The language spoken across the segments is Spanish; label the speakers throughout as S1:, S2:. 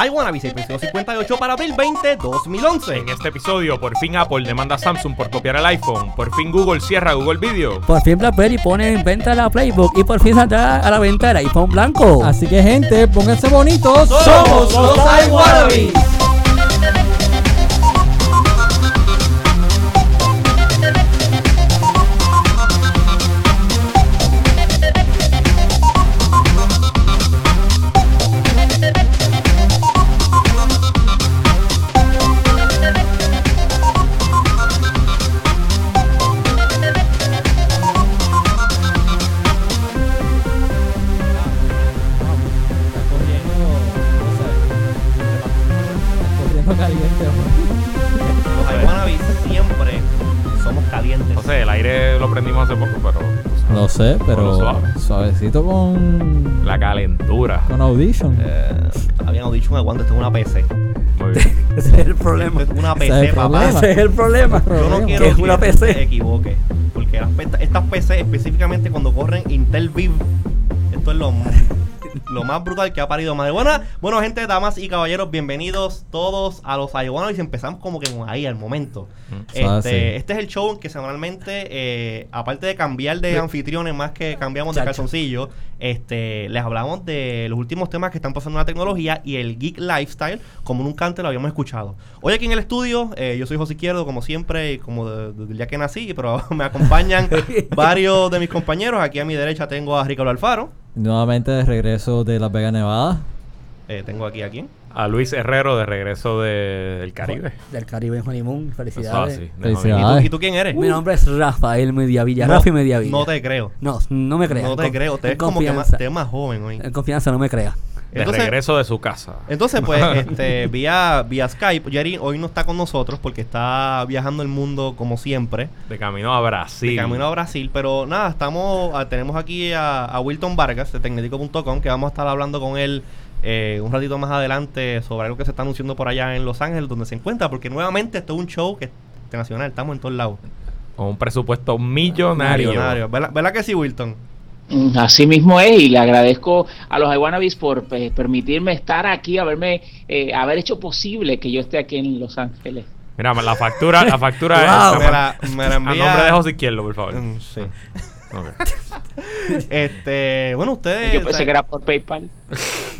S1: I Wanna Be Safe, episodio 58 para abril 20, 2011.
S2: En este episodio, por fin Apple demanda a Samsung por copiar el iPhone, por fin Google cierra Google Video.
S3: Por fin BlackBerry pone en venta la Playbook y por fin saldrá a la venta el iPhone blanco.
S4: Así que gente, pónganse bonitos.
S1: Somos los I Wanna Be.
S4: Está corriendo, no sé, está corriendo caliente, hombre.
S1: Los I Wanna Be siempre somos calientes.
S2: No sé, el aire lo prendimos hace poco, pero pues,
S4: No sé, pero
S2: Bueno, suave.
S4: suavecito con,
S2: la calentura.
S4: con Audition.
S1: Eh, habían dicho un aguante, esto es una PC.
S2: Muy bien.
S3: Ese es el problema.
S1: Esto es una
S4: Ese es
S1: PC,
S4: el
S1: papá.
S4: problema.
S3: Ese es el problema.
S1: Yo no
S4: problema.
S1: quiero
S3: Que es una
S1: que
S3: PC.
S1: te equivoques. Porque las pesta- estas PC, específicamente cuando corren Intel Viv, esto es lo, lo más brutal que ha parido madre. Bueno, bueno, gente, damas y caballeros, bienvenidos todos a los Ayahuanos. Y empezamos como que ahí al momento.
S4: Mm. Ah, sí.
S1: Este, este es el show en que semanalmente, eh, aparte de cambiar de anfitriones más que cambiamos de
S3: Chacho.
S1: calzoncillo, este, les hablamos de los últimos temas que están pasando en la tecnología y el geek lifestyle, como nunca antes lo habíamos escuchado. Hoy aquí en el estudio, eh, yo soy José Izquierdo, como siempre, y como de- desde el día que nací, pero me acompañan varios de mis compañeros. Aquí a mi derecha tengo a Ricardo Alfaro.
S4: Nuevamente de regreso de Las Vegas, Nevada.
S1: Eh, tengo aquí a quién.
S2: A Luis Herrero de regreso de- del Caribe.
S3: Pues, Del Caribe en Honeymoon.
S2: Eso es así,
S3: Felicidades.
S2: de
S1: ¿Y
S4: Felicidades.
S2: Javier.
S1: tú,
S4: Ay.
S1: y tú quién eres?
S3: Mi nombre es Rafael Mediavilla.
S1: Uh. No,
S3: Uh. Rafi Mediavilla.
S1: No te creo.
S3: No, no me creas.
S1: No te
S3: Con-
S1: creo. Te
S3: en
S1: ves como que más,
S3: confianza.
S1: te ves más joven hoy.
S3: En confianza, no me creas.
S2: De regreso de su casa.
S1: Entonces, pues, este, vía, vía Skype, Jerry hoy no está con nosotros porque está viajando el mundo como siempre,
S2: De camino a
S1: de
S2: Brasil.
S1: camino a Brasil, pero nada, estamos, ah, tenemos aquí a, a Wilton Vargas de Tecnético.com que vamos a estar hablando con él eh, un ratito más adelante sobre algo que se está anunciando por allá en Los Ángeles, donde se encuentra, porque nuevamente esto es un show que es internacional, estamos en todos lados.
S2: Con un presupuesto millonario.
S1: Millonario. ¿Verdad, verdad que sí, Wilton?
S5: Mm, Así mismo es, y le agradezco a los Iwanabis por pe- permitirme estar aquí, haberme, eh, haber hecho posible que yo esté aquí en Los Ángeles.
S2: Mira, la factura, la factura es.
S3: Wow.
S1: Me la- me la
S2: a
S1: envía-
S2: nombre de José Izquierdo, por favor.
S1: Mm, sí.
S2: Ok.
S1: Este, bueno, ustedes...
S5: Yo pensé que era por PayPal.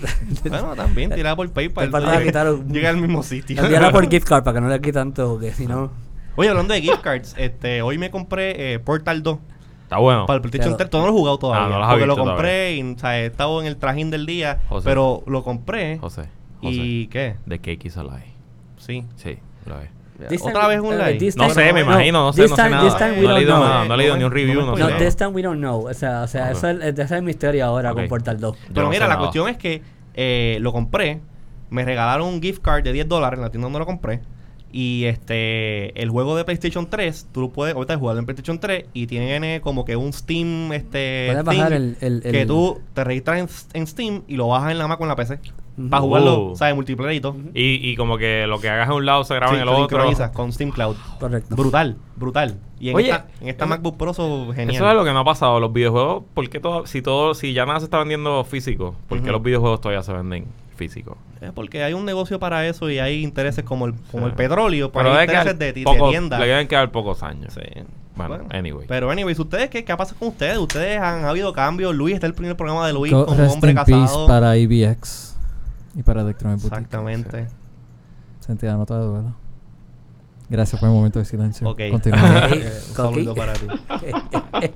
S1: Bueno, también tirada por PayPal.
S3: PayPal te va a quitar un-
S1: Llega al mismo sitio.
S3: Envíala por gift card para que no le quiten tanto que si no.
S1: Oye, hablando de gift cards, este, hoy me compré eh, Portal 2
S2: Está bueno.
S1: para el PlayStation
S3: Claro.
S1: 3. Todo no lo he jugado todavía.
S2: Ah, no las has
S1: porque lo
S2: visto
S1: compré y o sea, he estado en el trajín del día.
S2: José.
S1: Pero lo compré.
S2: José. José.
S1: ¿Y qué?
S2: The cake is a lie.
S1: Sí.
S2: Sí, lo es.
S3: This
S1: Otra
S3: time-
S1: vez un
S3: eh,
S1: like.
S3: this
S2: No
S3: time-
S2: sé, me
S3: no,
S2: imagino, no sé,
S3: this
S2: no sé
S3: time-
S2: nada.
S3: this time we
S2: no he
S3: don't
S2: leído
S3: know.
S2: nada, no he leído ni un review, no sé
S3: No,
S2: nada.
S3: this time we don't know. O sea, o sea,
S2: Ok.
S3: eso es, ese es el misterio ahora
S2: Ok.
S3: con Portal 2.
S2: Yo
S1: Pero
S2: no
S1: mira,
S2: sé
S1: la
S2: nada.
S1: cuestión es que eh, lo compré. Me regalaron un gift card de 10 dólares en la tienda donde lo compré. Y este, el juego de PlayStation 3, tú lo puedes, ahorita jugarlo en PlayStation 3 y tiene como que un Steam, este,
S3: Puedes
S1: thing
S3: bajar el- el-
S1: que
S3: el-
S1: tú te registras en, en Steam y lo bajas en la Mac o en la PC.
S3: Ujú.
S1: Para jugarlo,
S2: Oh.
S1: ¿sabes? Multiplayer y todo.
S2: Y, y como que lo que hagas a un lado se graba
S1: Sí,
S2: en el
S1: se
S2: otro.
S1: sincronizas con Steam Cloud.
S3: Correcto.
S1: Brutal, brutal. Y en
S2: Oye,
S1: esta, en esta
S2: eh,
S1: MacBook Pro, eso genial.
S2: Eso es lo que no ha pasado. Los videojuegos, ¿por qué todo, si todo, si ya nada se está vendiendo físico, ¿por qué
S1: Ujú.
S2: los videojuegos todavía se venden físico?
S1: Es Eh, porque hay un negocio para eso y hay intereses como el, como
S2: Sí.
S1: el petróleo, pero, Pues hay
S2: debe quedar
S1: intereses de, ti- de
S2: pocos-
S1: tienda.
S2: Le deben quedar pocos años.
S1: Sí.
S2: Bueno, anyway.
S1: Pero, anyways, ¿ustedes qué, qué ha pasado con ustedes? Ustedes han habido cambios. Luis está el primer programa de Luis
S4: Co-
S1: como
S4: Rest
S1: hombre
S4: in peace
S1: casado.
S4: para IBX y para Electronic Boutique.
S1: Exactamente.
S4: Sentida nota de duelo. Gracias por el momento de silencio.
S1: Ok.
S4: Continúa.
S1: Eh, un saludo
S3: Coqui.
S1: para ti.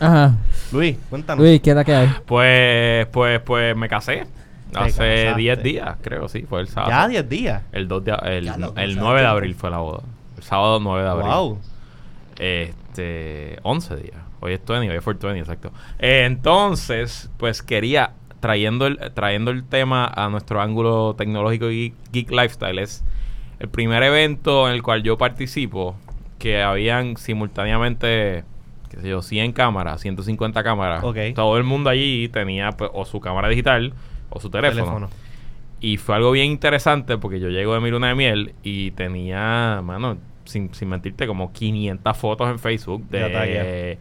S4: Ajá.
S1: Luis, cuéntanos.
S4: Luis, ¿qué es la que hay?
S2: Pues, pues, pues me casé.
S1: Te
S2: Hace
S1: casaste.
S2: 10 días, creo, sí. Fue el sábado.
S1: Ya 10 días.
S2: El, 2 de, el,
S3: Ya lo
S2: el
S3: casaste.
S2: 9 de abril fue la boda. El sábado 9 de abril.
S1: Wow.
S2: Este, 11 días. Hoy es 20, hoy es 420, exacto. Eh, entonces, pues quería, trayendo el, trayendo el tema a nuestro ángulo tecnológico y geek lifestyle, es el primer evento en el cual yo participo, que habían simultáneamente, qué sé yo, 100 cámaras, 150 cámaras.
S1: Ok.
S2: Todo el mundo allí tenía pues, o su cámara digital o su teléfono.
S1: Teléfono.
S2: Y fue algo bien interesante porque yo llego de mi luna de miel y tenía, mano, sin, sin mentirte, como 500 fotos en Facebook
S1: Ya está, ya.
S2: de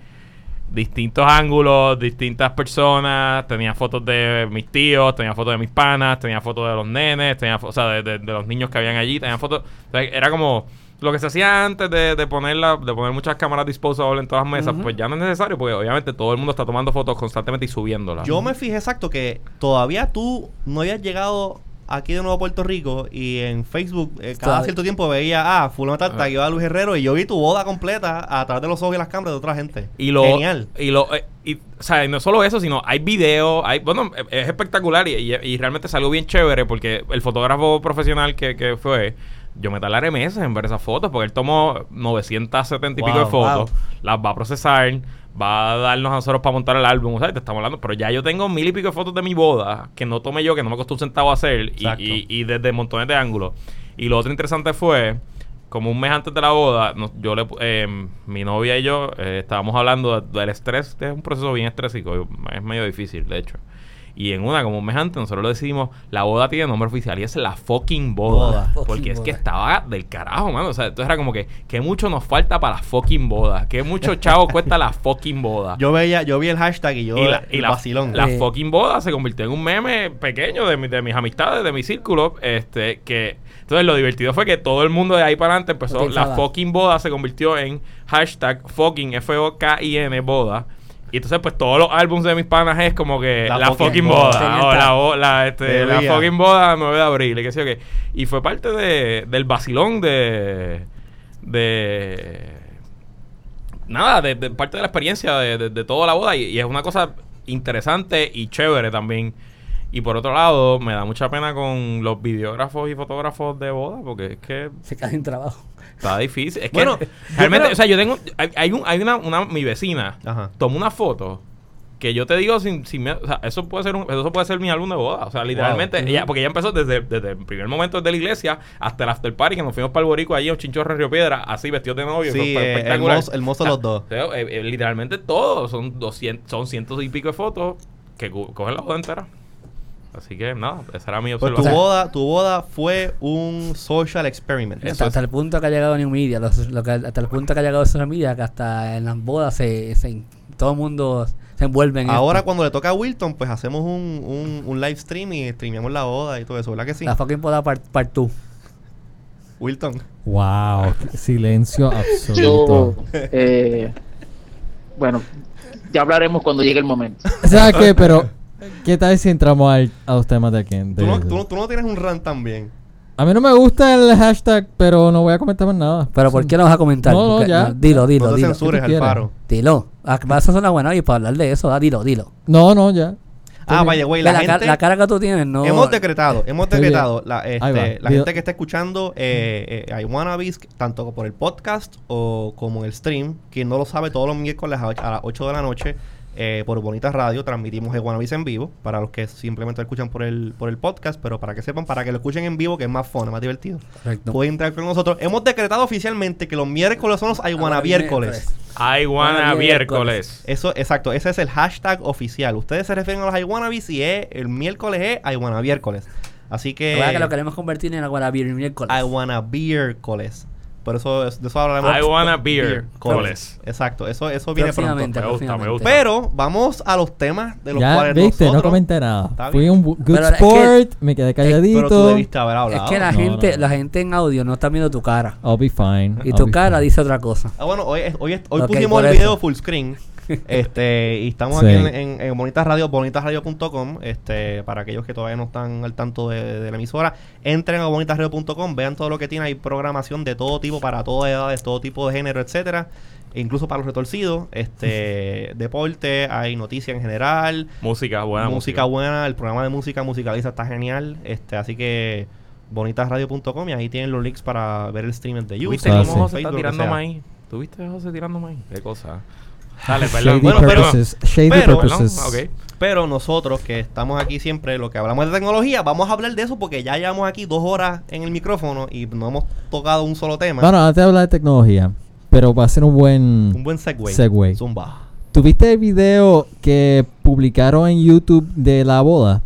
S2: distintos ángulos, distintas personas. Tenía fotos de mis tíos, tenía fotos de mis panas, tenía fotos de los nenes, tenía fo- o sea, de, de- de los niños que habían allí, tenía fotos. o sea, era como lo que se hacía antes de, de poner la- de poner muchas cámaras disposables en todas las mesas, pues ya no es necesario, porque obviamente todo el mundo está tomando fotos constantemente y subiéndolas.
S1: Yo me fijé exacto que todavía tú no habías llegado aquí de nuevo a Puerto Rico y en Facebook eh, cada
S3: Todavía.
S1: cierto tiempo veía, ah, fulano tal,
S2: Ah.
S1: tagueó a Luis Herrero y yo vi tu boda completa a través de los ojos y las cámaras de otra gente.
S2: Y lo,
S1: Genial.
S2: Y lo, eh, y, o sea, y no solo eso, sino hay video, hay, bueno, eh, es espectacular y, y- y realmente salió bien chévere porque el fotógrafo profesional que, que fue, yo me tardaré meses en ver esas fotos porque él tomó 970 y pico de
S1: Wow, wow.
S2: fotos, las va a procesar, va a darnos a nosotros para montar el álbum, o sea, te estamos hablando, pero ya yo tengo mil y pico de fotos de mi boda que no tomé yo, que no me costó un centavo hacer y,
S1: Exacto.
S2: y- y desde montones de ángulos. Y lo otro interesante fue, como un mes antes de la boda, no- yo le, pu- eh, mi novia y yo eh, estábamos hablando de- del estrés, que es un proceso bien estrésico, es medio difícil, de hecho. Y en una, como un mes antes, nosotros lo decidimos, la boda tiene nombre oficial y es la fucking
S1: Boda.
S2: boda. porque
S3: Fucking
S2: es que
S3: boda.
S2: estaba del carajo, mano. O sea, entonces era como que, que mucho nos falta para la fucking boda. Que mucho chavo cuesta la fucking boda.
S1: Yo veía, yo vi el hashtag y yo
S2: y la, y
S1: el
S2: la-
S1: vacilón.
S2: la
S3: Sí.
S2: fucking boda se convirtió en un meme pequeño de, mi- de mis amistades, de mi círculo. Este, que. Entonces lo divertido fue que todo el mundo de ahí para adelante empezó. La
S3: Utilizada.
S2: fucking boda se convirtió en hashtag fucking F-O-K-I-N boda. Y entonces, pues todos los álbumes de mis panas es como que la,
S1: La
S2: fucking,
S1: fucking
S2: boda.
S1: boda.
S3: Sí, ya
S2: o
S3: está.
S2: la, bo- la, este,
S1: De
S2: la
S1: día.
S2: fucking boda 9 de abril. Y, qué sé yo qué. y fue parte de, del vacilón de. de nada, de, de parte de la experiencia de, de- de toda la boda y, y es una cosa interesante y chévere también. Y por otro lado, me da mucha pena con los videógrafos y fotógrafos de boda porque es que
S3: Se queda sin trabajo.
S2: está difícil. Es que
S1: Bueno,
S2: realmente,
S1: yo creo-
S2: o sea, yo tengo, hay, hay un- hay una, una- mi vecina
S1: Ajá.
S2: tomó una foto que yo te digo sin, sin miedo, o sea, eso puede ser un- eso puede ser mi álbum de boda, o sea, literalmente,
S1: Wow.
S2: ella, porque ella empezó desde, desde el primer momento desde la iglesia hasta el after party que nos fuimos para el Borico allí a un chinchorro en Río Piedra, así vestidos de novio,
S1: Sí,
S2: fue
S1: eh,
S2: espectacular.
S1: hermoso- hermoso
S2: O sea,
S1: los dos.
S2: o sea, eh, eh, literalmente todos son 200, son cientos y pico de fotos que cu- cogen la boda entera. Así que nada, esa era mi
S1: Pues tu
S2: observación.
S1: boda, tu boda fue un social experiment.
S2: Eso
S3: Hasta,
S2: es-
S3: hasta el punto que ha llegado New Media, los- lo que- hasta el punto que ha llegado social media, que hasta en las bodas se, se- todo el mundo se envuelve en
S1: Ahora
S3: esto.
S1: cuando le toca a Wilton, pues hacemos un, un, un live stream y streameamos la boda y todo eso, ¿verdad que sí?
S3: La fucking boda part, part two.
S1: Wilton.
S4: Wow, qué silencio
S5: Yo,
S4: absoluto.
S5: eh, bueno, ya hablaremos cuando llegue el momento.
S4: ¿Sabes qué? Pero, ¿qué tal si entramos al- a los temas de aquí?
S1: Tú
S4: De-
S1: no, tú no- tú no tienes un rant también.
S4: A mí no me gusta el hashtag, pero no voy a comentar más nada.
S3: Pero ¿por qué lo vas a comentar?
S4: No, no,
S3: Porque-
S4: ya.
S3: dilo, dilo,
S1: no te
S3: dilo.
S1: censures,
S4: tú quieras.
S1: Alfaro.
S3: Dilo. Ah, Vas a sonar buena y para hablar de eso, ah, dilo, dilo.
S4: No, no, ya.
S1: Ah,
S4: bien.
S1: vaya, güey, la,
S3: Ve La, ca-
S1: gente...
S3: la cara que tú tienes, no.
S1: Hemos decretado, hemos
S4: Estoy bien.
S1: decretado la, este,
S4: Ahí va.
S1: la
S4: Digo-
S1: gente que está escuchando eh, eh, I Wanna Bees, tanto por el podcast o como en el stream, quien no lo sabe todos los miércoles a, a las 8 de la noche eh, por Bonita Radio transmitimos I Wanna Bees en vivo, para los que simplemente lo escuchan por el, por el podcast, pero para que sepan, para que lo escuchen en vivo, que es más fun, es más divertido.
S3: Correcto.
S1: Pueden entrar con nosotros. Hemos decretado oficialmente que los miércoles son los
S3: Ah,
S1: I Wanna Biércoles.
S2: I wanna
S3: Wanna
S2: miércoles.
S1: Eso, exacto, ese es el hashtag oficial. Ustedes se refieren a los I Wanna Bees y es- el miércoles es I Wanna Biércoles. Así que...
S3: Recuerda que lo queremos convertir en Aguara Beer miércoles.
S1: I wanna beercoles. Por eso de eso hablaremos.
S2: I wanna beer.
S1: Coles. Exacto, eso, eso viene
S3: próximamente,
S1: pronto.
S2: Me gusta, me
S3: próximamente.
S2: gusta.
S1: Pero vamos a los temas de los
S4: Ya,
S1: cuales
S4: viste, no
S1: nosotros-
S4: comenté nada.
S1: Está
S4: Fui
S1: bien.
S4: un bu- good
S3: Pero es que- eh,
S4: sport, me quedé
S1: Pero tú
S4: calladito.
S1: debiste haber hablado.
S3: es que la
S4: No,
S3: gente,
S4: no. Ah,
S3: la gente en audio no está viendo tu cara.
S4: I'll be fine.
S3: Y
S4: I'll
S3: tu
S4: be
S3: cara
S4: fine.
S3: dice otra cosa.
S1: Ah, bueno, hoy, es- hoy, es- hoy
S3: Ok,
S1: pusimos
S3: por
S1: el
S3: eso.
S1: video full screen. este, y estamos
S4: Sí.
S1: aquí en, en, en Bonitas Radio, bonitasradio.com. Este, para aquellos que todavía no están al tanto de, de la emisora, entren a bonitasradio.com, vean todo lo que tiene. Hay programación de todo tipo, para todas edades, todo tipo de género, etcétera. E incluso para los retorcidos, este, deporte, hay noticias en general,
S2: Música, buena
S1: música buena, el programa de música musicaliza está genial. Este, así que bonitasradio.com y ahí tienen los links para ver el stream de YouTube.
S2: ¿Tuviste
S4: Ah,
S2: cómo
S4: sí.
S2: José
S1: Facebook, lo
S2: está
S1: que
S2: tirando
S1: sea.
S2: maíz? ¿Tuviste a José tirando maíz? Qué cosa. Dale,
S4: Shady
S2: perdón. Bueno, pero...
S4: purposes. Shady
S1: pero-
S2: Perdón,
S4: purposes.
S2: ok.
S1: Pero nosotros que estamos aquí siempre, lo que hablamos de tecnología, vamos a hablar de eso porque ya llevamos aquí dos horas en el micrófono y no hemos tocado un solo tema.
S4: Bueno, antes de hablar de tecnología, pero va a ser un buen...
S1: un buen segue.
S4: Segue.
S1: Zumba.
S4: ¿Tuviste el video que publicaron en YouTube de la boda?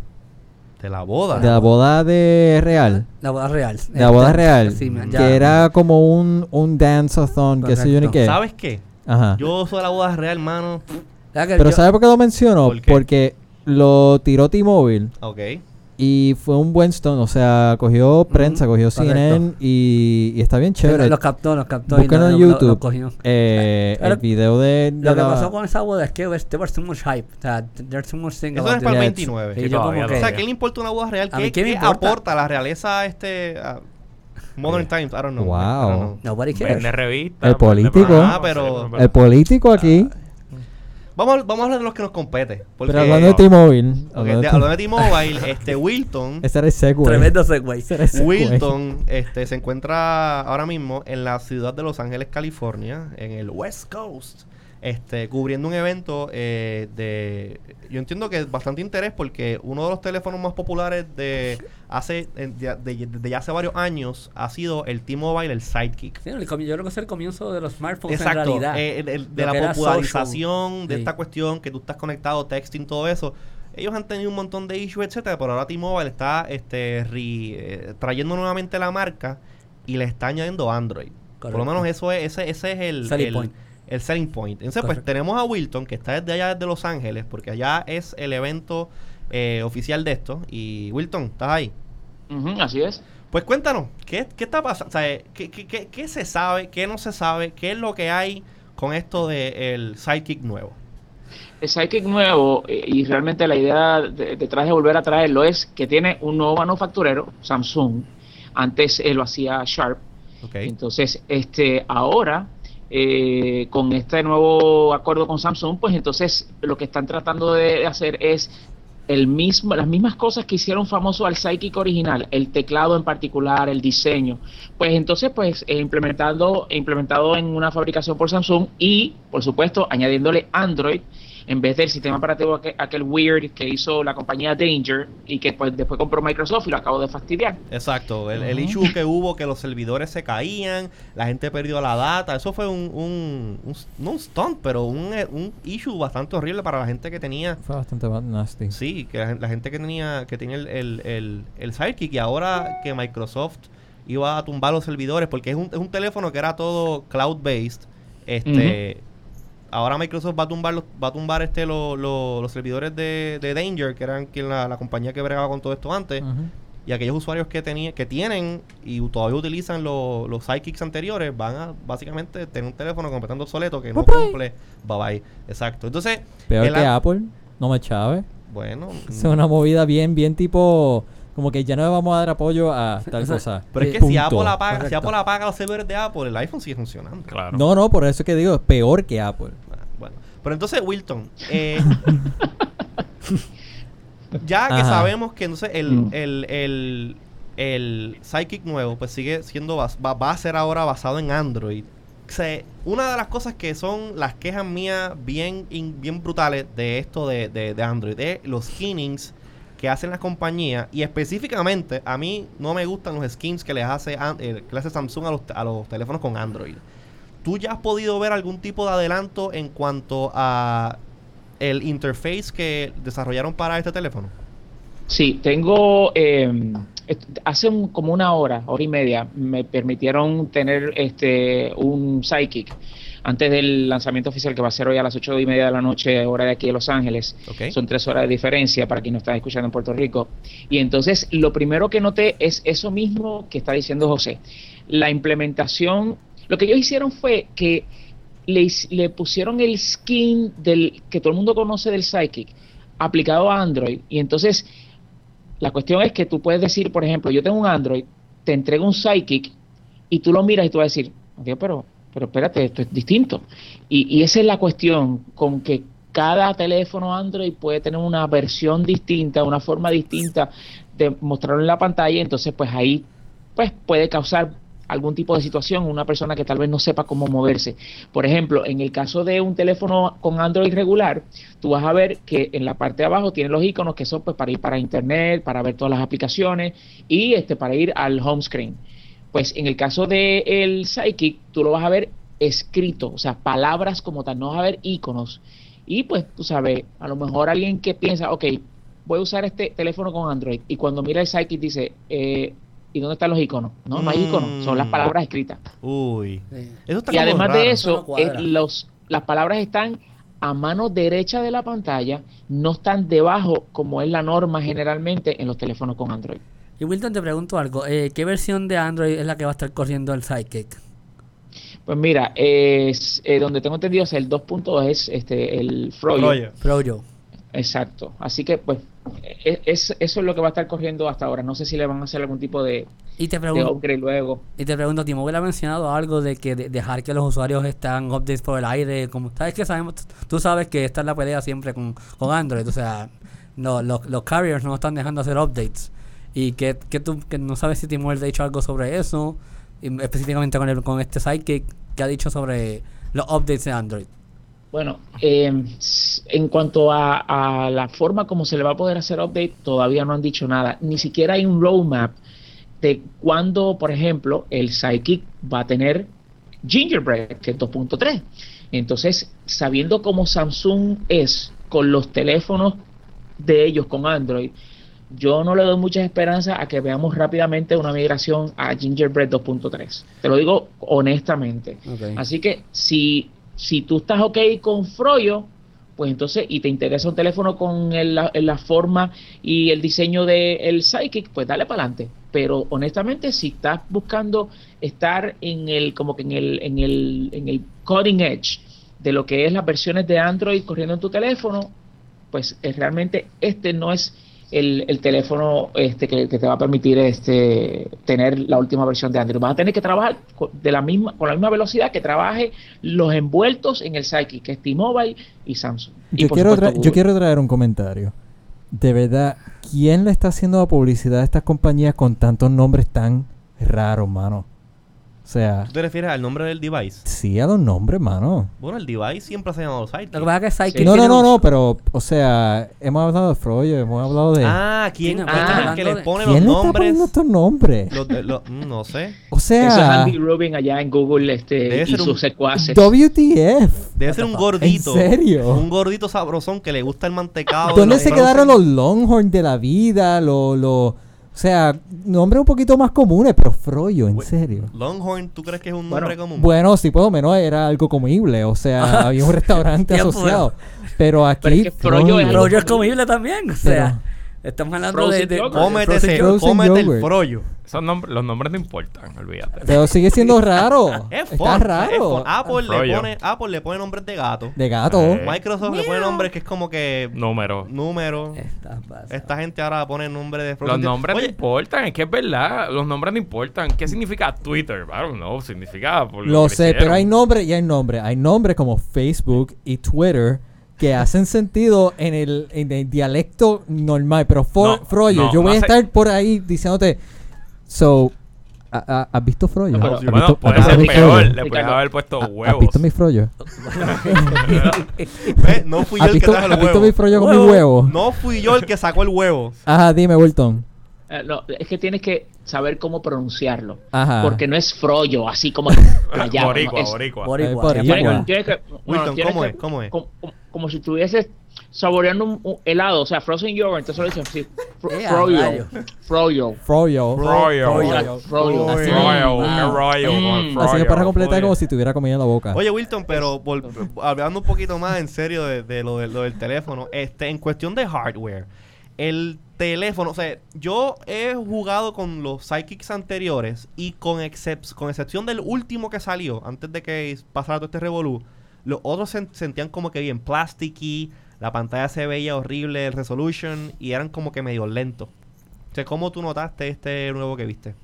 S1: De la boda.
S4: De la boda de Real.
S3: La boda real.
S4: De la boda
S3: Este,
S4: real.
S3: sí, me- ya.
S4: Que era como un, un dance-a-thon, qué sé yo ni
S3: Correcto.
S4: qué.
S1: ¿Sabes qué?
S4: Ajá.
S1: Yo soy de la boda real, hermano.
S3: ¿Sabes que
S4: Pero
S3: yo-
S4: ¿sabes por qué lo menciono?
S1: ¿Por qué?
S4: Porque lo tiró T-Mobile
S1: Ok.
S4: y fue un buen stone. O sea, cogió prensa, cogió
S3: correcto.
S4: CNN y, y está bien chévere.
S3: Los captó, los captó. y
S4: Búsquenlo
S3: no-
S4: en
S3: no- no-
S4: YouTube.
S3: los cogió.
S4: Eh,
S3: Pero-
S4: el video de, de
S3: Lo que
S4: la-
S3: pasó con esa boda es que este, there's, there was too much hype. O sea, there's too much thing
S1: Eso no es
S3: about
S1: para el
S4: Yeah,
S1: 29.
S3: Sí,
S2: Sí,
S3: yo como
S2: todavía,
S1: O sea,
S2: todavía.
S3: que...
S1: ¿qué le importa una boda real?
S3: ¿A
S1: ¿Qué,
S3: mí qué me
S1: qué
S3: importa?
S1: aporta la realeza a este a Modern Times? I don't know.
S4: Wow.
S1: I don't know.
S3: Nobody cares.
S2: Vende revistas.
S4: El
S2: vende
S4: político.
S2: programas,
S1: Ah, pero-
S2: sí,
S4: El
S1: Ah,
S4: político aquí,
S1: Vamos, a- vamos a hablar de los que nos compete. Porque,
S4: pero hablando de
S2: no.
S4: T-Mobile.
S1: ok,
S4: hablando
S1: de-
S4: de
S1: hablando de T-Mobile, este Wilton,
S4: Ese era el segue.
S3: Tremendo segue.
S4: Ese era el segue.
S1: Wilton este, se encuentra ahora mismo en la ciudad de Los Ángeles, California, en el West Coast, este, cubriendo un evento eh, de, yo entiendo que es bastante interés porque uno de los teléfonos más populares de hace, en- de, de- de ya hace varios años ha sido el T-Mobile, el Sidekick.
S3: Sí, el comi- yo creo que es el comienzo de los smartphones Pues en
S1: Exacto,
S3: realidad.
S1: eh, el- el- de
S3: Lo
S1: la
S3: que era
S1: popularización
S3: social.
S1: de
S3: Sí.
S1: esta cuestión que tú estás conectado, texting, todo eso. Ellos han tenido un montón de issues, etcétera, pero ahora T-Mobile está este, re- eh, trayendo nuevamente la marca y le está añadiendo Android. Por lo
S3: Correcto.
S1: menos eso es, ese, ese es el
S3: Selling
S1: el-
S3: point.
S1: el selling point. Entonces, pues
S3: Correcto.
S1: tenemos a Wilton, que está desde allá, desde Los Ángeles, porque allá es el evento eh, oficial de esto. Y Wilton, ¿estás ahí?
S5: Ujú, así es.
S1: Pues cuéntanos, ¿qué, qué está pasando? O sea, eh, ¿qué, qué, qué, qué se sabe? ¿Qué no se sabe? ¿Qué es lo que hay con esto del Sidekick nuevo?
S5: El Psychic nuevo, eh, y realmente la idea de- detrás de volver a traerlo es que tiene un nuevo manufacturero, Samsung. Antes eh, lo hacía Sharp.
S1: Ok.
S5: Entonces, este, ahora, eh, con este nuevo acuerdo con Samsung, pues entonces lo que están tratando de hacer es el mismo, las mismas cosas que hicieron famoso al Psychic original, el teclado en particular, el diseño. Pues entonces, pues eh, implementando, implementado en una fabricación por Samsung y, por supuesto, añadiéndole Android en vez del sistema operativo aquel, aquel weird que hizo la compañía Danger y que pues después compró Microsoft y lo acabo de fastidiar.
S1: Exacto, el, el
S5: Ujú.
S1: issue que hubo, que los servidores se caían, la gente perdió la data, eso fue un, un, un- no un stunt, pero un, eh, un issue bastante horrible para la gente que tenía,
S4: Fue bastante bad- nasty.
S1: sí, que la, gen- la gente que tenía, que tenía el, el, el, el Sidekick y ahora que Microsoft iba a tumbar los servidores, porque es un, es un teléfono que era todo cloud-based, este... Ahora Microsoft va a tumbar los, va a tumbar este lo- lo- los servidores de, de Danger, que eran quien la, la compañía que bregaba con todo esto antes
S4: Ujú.
S1: y aquellos usuarios que tenía, que tienen y todavía utilizan lo- los sidekicks anteriores van a básicamente tener un teléfono completamente obsoleto que no cumple bye bye exacto entonces
S4: Peor
S1: el
S4: que
S1: a-
S4: Apple. No me chave.
S1: bueno
S4: Es una movida bien, bien tipo. Como que ya no le vamos a dar apoyo a tal
S3: Eso-
S4: cosa.
S1: pero es que si
S4: Punto.
S1: Apple apaga si
S3: Correcto.
S1: Apple apaga los servidores de Apple el iPhone sigue funcionando
S2: Claro.
S4: No, no, por eso es que digo, es peor que Apple.
S1: Ah, bueno pero entonces Wilton eh, ya que
S4: Ajá.
S1: sabemos que entonces el,
S5: Mm.
S1: el, el, el Psychic nuevo pues sigue siendo bas- va, va a ser ahora basado en Android. Se- una de las cosas que son las quejas mías bien, in- bien brutales de esto de, de- de Android es los skinnings que hacen las compañías y específicamente a mí no me gustan los skins que les hace, An- eh, que le hace Samsung a los, a los teléfonos con Android. ¿Tú ya has podido ver algún tipo de adelanto en cuanto a el interface que desarrollaron para este teléfono?
S5: Sí, tengo. eh, est- hace un- como una hora, hora y media, me permitieron tener este un psychic antes del lanzamiento oficial que va a ser hoy a las ocho y media de la noche, hora de aquí de Los Ángeles.
S1: Ok.
S5: Son tres horas de diferencia para quien nos está escuchando en Puerto Rico. Y entonces, lo primero que noté es eso mismo que está diciendo José. La implementación, lo que ellos hicieron fue que le, his- le pusieron el skin del que todo el mundo conoce del Psychic aplicado a Android. Y entonces, la cuestión es que tú puedes decir, por ejemplo, yo tengo un Android, te entrego un Psychic y tú lo miras y tú vas a decir, "Dios, pero, pero espérate, esto es distinto. Y, y esa es la cuestión con que cada teléfono Android puede tener una versión distinta, una forma distinta de mostrarlo en la pantalla, entonces pues ahí pues puede causar algún tipo de situación una persona que tal vez no sepa cómo moverse. Por ejemplo, en el caso de un teléfono con Android regular, tú vas a ver que en la parte de abajo tiene los iconos que son pues para ir para internet, para ver todas las aplicaciones y este para ir al home screen. Pues en el caso de el Psychic, tú lo vas a ver escrito, o sea, palabras como tal, no vas a ver iconos. Y pues tú sabes, a lo mejor alguien que piensa, ok, voy a usar este teléfono con Android y cuando mira el Psychic dice, eh, ¿y dónde están los iconos? No, no hay iconos, son las
S1: Mm.
S5: palabras escritas.
S1: Uy.
S3: Sí.
S1: Eso está
S5: Y
S1: como
S5: además
S1: raro.
S3: Eso
S5: de eso,
S3: no cuadra.
S5: eh, los, las palabras están a mano derecha de la pantalla no están debajo como es la norma generalmente en los teléfonos con Android.
S3: Y Wilton, te pregunto algo. eh, ¿Qué versión de Android es la que va a estar corriendo el Sidekick?
S5: Pues mira, es, eh, donde tengo entendido es el 2.2 es este, el Froyo.
S1: Oye,
S3: Projo.
S5: Exacto. Así que pues e- es, eso es lo que va a estar corriendo hasta ahora. No sé si le van a hacer algún tipo de,
S3: Y te
S5: de
S3: pregunto,
S5: upgrade luego.
S3: y te pregunto, T-Mobile ha mencionado algo de que de- dejar que los usuarios están updates por el aire, como sabes que sabemos, tú sabes que esta es la pelea siempre con, con Android, o sea, no, los, los carriers no están dejando hacer updates. Y que, que tú que no sabes si T-Mobile ha dicho algo sobre eso, y específicamente con, el, con este Sidekick que ha dicho sobre los updates de Android.
S5: Bueno, eh, s- en cuanto a, a la forma como se le va a poder hacer update, todavía no han dicho nada. Ni siquiera hay un roadmap de cuándo, por ejemplo, el Psychic va a tener Gingerbread, que es 2.3. Entonces, sabiendo cómo Samsung es con los teléfonos de ellos con Android, yo no le doy muchas esperanzas a que veamos rápidamente una migración a Gingerbread 2.3. Te lo digo honestamente.
S3: Ok.
S5: Así que si, si tú estás ok con Froyo, pues entonces, y te interesa un teléfono con el- la, la forma y el diseño del Psychic, pues dale para adelante. Pero honestamente, si estás buscando estar en el, como que en el, en el, en el cutting edge de lo que es las versiones de Android corriendo en tu teléfono, pues eh, realmente este no es el, el teléfono este que, que te va a permitir este tener la última versión de Android. Vas a tener que trabajar co- de la misma, con la misma velocidad que trabaje los envueltos en el Psychic, que es T-Mobile y Samsung. Y
S4: Yo
S5: por
S4: quiero,
S5: supuesto,
S4: tra- yo
S5: Google.
S4: quiero traer un comentario. De verdad, ¿quién le está haciendo la publicidad a estas compañías con tantos nombres tan raros, mano? O sea,
S1: ¿tú te refieres al nombre del device?
S4: sí a los nombres, mano.
S1: Bueno, el device siempre se ha llamado Sidekick.
S3: Lo que pasa es que Sidekick
S4: No, no,
S3: tiene
S4: no,
S3: un-
S4: no, pero, o sea, hemos hablado de Froyo, hemos hablado de...
S1: Ah, ¿quién
S3: Tiene-
S1: ah,
S5: están
S1: el que
S3: hablando
S1: les
S3: de-
S1: pone los
S4: ¿Quién le está poniendo
S1: nombres?
S4: estos nombres?
S1: Los de- los- mm, no sé.
S4: O sea,
S5: Eso es Andy Rubin allá en Google este,
S1: Debe
S5: y
S1: ser un-
S5: sus secuaces.
S4: WTF.
S1: Debe ser un gordito.
S4: ¿En serio?
S1: Un gordito sabrosón que le gusta el mantecado.
S4: ¿Dónde
S1: los
S4: se
S1: frozen.
S4: quedaron los Longhorn de la vida? Los, los- o sea, nombres un poquito más comunes, pero Froyo, en
S1: Güey.
S4: serio.
S1: Longhorn, ¿tú crees que es un
S5: Bueno,
S1: nombre común?
S4: Bueno, sí, por lo menos era algo comible. O sea, había un restaurante
S3: Ya,
S4: asociado. Pero aquí.
S5: Pero es que Froyo es algo-
S3: Projo es comible también, o sea, estamos hablando de...
S5: Frozen
S3: de-
S5: yogurt.
S1: cómete ese-
S4: Frozen
S1: cómete el
S4: yogurt.
S1: frollo.
S2: Esos nombres- los nombres no importan, olvídate.
S4: Pero sigue siendo raro.
S1: Es Ah,
S4: Está
S1: fun, es fun.
S4: raro.
S1: Apple, le
S2: Frollo.
S1: pone, Apple le pone nombres de gato.
S4: De gato.
S2: Eh.
S1: Microsoft le pone nombres que es como que
S2: Número.
S1: número.
S4: Eh,
S3: Estás pasado.
S1: Esta gente ahora pone nombre de
S2: Los
S1: frozen.
S2: nombres no
S1: Oye,
S2: importan, es que es verdad. Los nombres no importan. ¿Qué significa Twitter? Claro, no, significa. por
S4: Lo
S2: que
S4: sé,
S2: hicieron.
S4: pero hay nombres y hay nombres. Hay nombres como Facebook y Twitter que hacen sentido en el, en el dialecto normal. Pero fro-
S2: No,
S4: Froyo,
S2: no,
S4: yo voy
S2: no
S4: a
S2: sé.
S4: estar por ahí diciéndote. So, a- a- ¿has visto Froyo?
S5: pero-
S4: ¿Has
S5: Bueno,
S4: visto-
S2: Bueno, puede
S4: has
S2: ser
S4: visto mi Froyo?
S2: peor. Le puedes
S5: Ricardo,
S2: haber puesto
S4: ¿Ha- ¿Has
S2: huevos.
S4: visto mi Froyo?
S1: ve, no fui yo
S4: ¿Has
S1: el que
S4: visto,
S1: trajo el
S4: has visto
S1: huevo.
S4: mi Froyo con mi
S3: Huevo.
S4: huevo?
S1: No fui yo el que sacó el huevo.
S4: Ajá, dime, Wilton.
S5: Eh, no, es que tienes que saber cómo pronunciarlo.
S4: Ajá.
S5: Porque no es Froyo, así como allá.
S2: Ah, Boricua,
S5: es-
S2: boricua.
S3: Boricua.
S4: Eh, por
S3: Ya,
S4: igual.
S3: boricua.
S5: Tienes que- bueno,
S1: Wilton,
S5: tienes
S1: ¿cómo
S5: que-
S1: es? ¿Cómo es?
S5: Como, como- como si estuvieses saboreando un, un helado, o sea, frozen yogurt, entonces lo dicen así, fro-
S3: Eh, a
S5: froyo,
S3: rayos.
S5: froyo,
S4: Froyo.
S2: Royal. Royal.
S5: froyo, froyo.
S1: Froyo.
S2: qué royal con
S5: Mm.
S2: Froyo.
S4: Así que para completar,
S2: Oye.
S4: como si tuviera comida en la boca.
S1: Oye, Wilton, pero vol- hablando un poquito más en serio de, de lo, de lo del teléfono, este, en cuestión de hardware, el teléfono, o sea, yo he jugado con los Psychics anteriores y con, excep- con excepción del último que salió, antes de que pasara todo este revolú, los otros se sentían como que bien plasticky, la pantalla se veía horrible, el resolution, y eran como que medio lentos. O sea, ¿cómo tú notaste este nuevo que viste?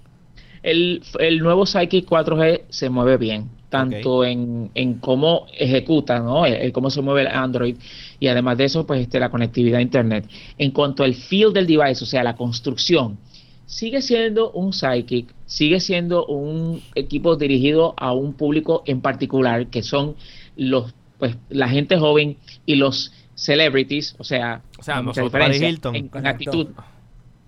S5: El, el nuevo Psychic 4G se mueve bien, tanto en, en cómo ejecuta, ¿no? El, el cómo se mueve el Android y además de eso, pues este, la conectividad a Internet. En cuanto al feel del device, o sea, la construcción, sigue siendo un Psychic, sigue siendo un equipo dirigido a un público en particular, que son los, pues, la gente joven y los celebrities, o sea,
S2: O sea,
S5: hay mucha
S2: nosotros,
S5: diferencia
S1: Paris Hilton.
S5: en- en
S3: Correcto.
S5: actitud.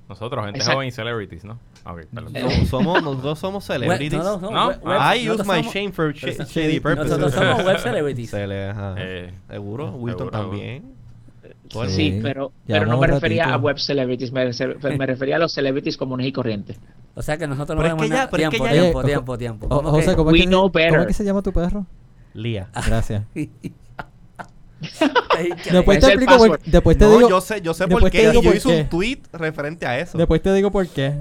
S2: Nosotros, gente
S5: Exacto.
S2: joven y celebrities, ¿no? Ah, Ok, perdón.
S1: No, somos, nosotros somos celebrities.
S3: Web- no, no,
S2: No.
S3: web- web-
S1: I use
S3: nosotros
S1: my
S3: somos-
S1: shame for
S3: pero
S1: sh-
S3: so-
S1: shady purposes.
S3: Nosotros somos web celebrities.
S1: Se le- ajá.
S2: Eh,
S1: seguro, Wilton
S2: seguro.
S1: también. Pues Todo el
S4: Sí.
S5: Pues Sí,
S1: mundo.
S5: pero,
S4: Ya
S5: pero no
S4: vamos
S5: me
S4: un
S5: refería
S4: ratito.
S5: a web celebrities, me, refer- me refería a los celebrities comunes y corrientes.
S3: O sea que nosotros
S1: Pero es
S3: no vemos
S1: que ya-
S3: nada.
S1: pero es que
S3: Tiempo,
S1: ya-
S3: tiempo,
S4: Oye,
S3: tiempo, tiempo.
S4: O-
S3: ¿Cómo
S4: José,
S3: que-
S4: ¿cómo
S5: We Ah.
S4: es, que se,
S5: know better.
S4: ¿cómo es que se llama tu perro?
S1: Lía.
S4: Gracias.
S3: Sí.
S4: Después
S5: Ese
S4: te
S5: es el
S4: explico por-
S5: password.
S4: después te
S1: no,
S4: digo,
S1: yo sé, yo sé por
S4: después te
S1: qué.
S4: digo
S1: Y yo
S4: por
S1: hice
S4: qué.
S1: un tweet referente a eso.
S4: después te digo por qué.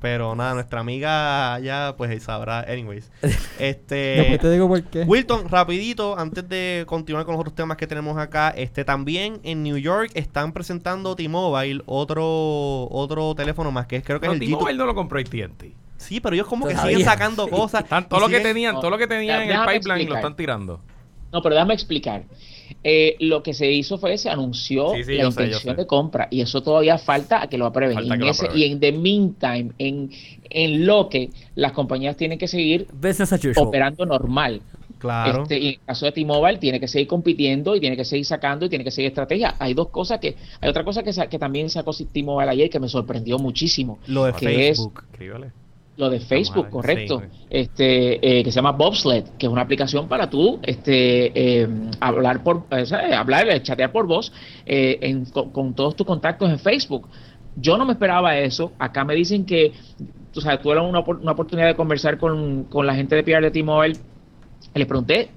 S1: Pero nada, nuestra amiga ya pues sabrá. Anyways.
S4: Después te
S1: Este.
S4: digo por qué.
S1: Wilton, rapidito, antes de continuar con los otros temas que tenemos acá, este también en New York están presentando T-Mobile otro otro teléfono más que es, creo que
S2: No,
S1: es el
S2: T-Mobile
S1: G2.
S2: no lo compró AT&T.
S1: Sí, pero ellos como que
S3: Todavía.
S1: siguen sacando cosas.
S2: Están-
S1: y
S2: todo lo que
S1: siguen-
S2: tenían, todo lo que tenían en el
S5: Déjame
S2: pipeline lo
S5: explicar.
S2: están tirando.
S5: No, pero déjame explicar. Eh, lo que se hizo fue se anunció
S2: Sí, sí,
S5: la
S2: yo sé, yo
S5: intención
S2: sé.
S5: de compra y eso todavía falta a que lo aprueben.
S2: Falta
S5: Y en,
S2: que lo
S5: ese-
S2: aprueben.
S5: y en the meantime, en, en lo que las compañías tienen que seguir
S3: Business as usual.
S5: operando normal.
S1: Claro.
S5: Este, y en el caso de T-Mobile tiene que seguir compitiendo y tiene que seguir sacando y tiene que seguir estrategia. Hay dos cosas que, hay otra cosa que, sa- que también sacó T-Mobile ayer que me sorprendió muchísimo,
S1: Lo de
S5: que
S1: Facebook.
S2: Escríbale.
S5: lo de Facebook,
S2: Vamos a ver,
S5: correcto,
S2: sí. pues.
S5: este, eh, que se llama Bobsled, que es una aplicación para tú este, eh, hablar por, eh, ¿sabes? hablar, eh, chatear por voz eh, en- con, con todos tus contactos en Facebook. Yo no me esperaba eso. Acá me dicen que, tú sabes, tuve una, opor- una oportunidad de conversar con, con la gente de PR de T-Mobile. Les pregunté,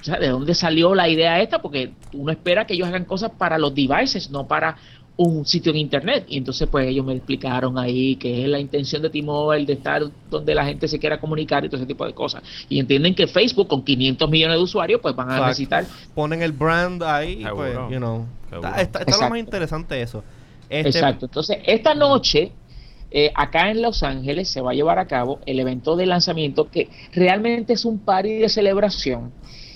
S5: o sea, ¿de dónde salió la idea esta? Porque uno espera que ellos hagan cosas para los devices, no para un sitio en internet. Y entonces, pues ellos me explicaron ahí que es la intención de T-Mobile de estar donde la gente se quiera comunicar y todo ese tipo de cosas. Y entienden que Facebook, con 500 millones de usuarios, pues van a
S1: Exacto.
S5: necesitar.
S1: Ponen el brand ahí, y pues,
S2: Seguro.
S1: you know.
S2: Seguro.
S1: Está, está- está lo
S5: Exacto.
S1: más interesante eso. Este,
S5: Exacto. Entonces, esta noche. eh, acá en Los Ángeles se va a llevar a cabo el evento de lanzamiento que realmente es un party de celebración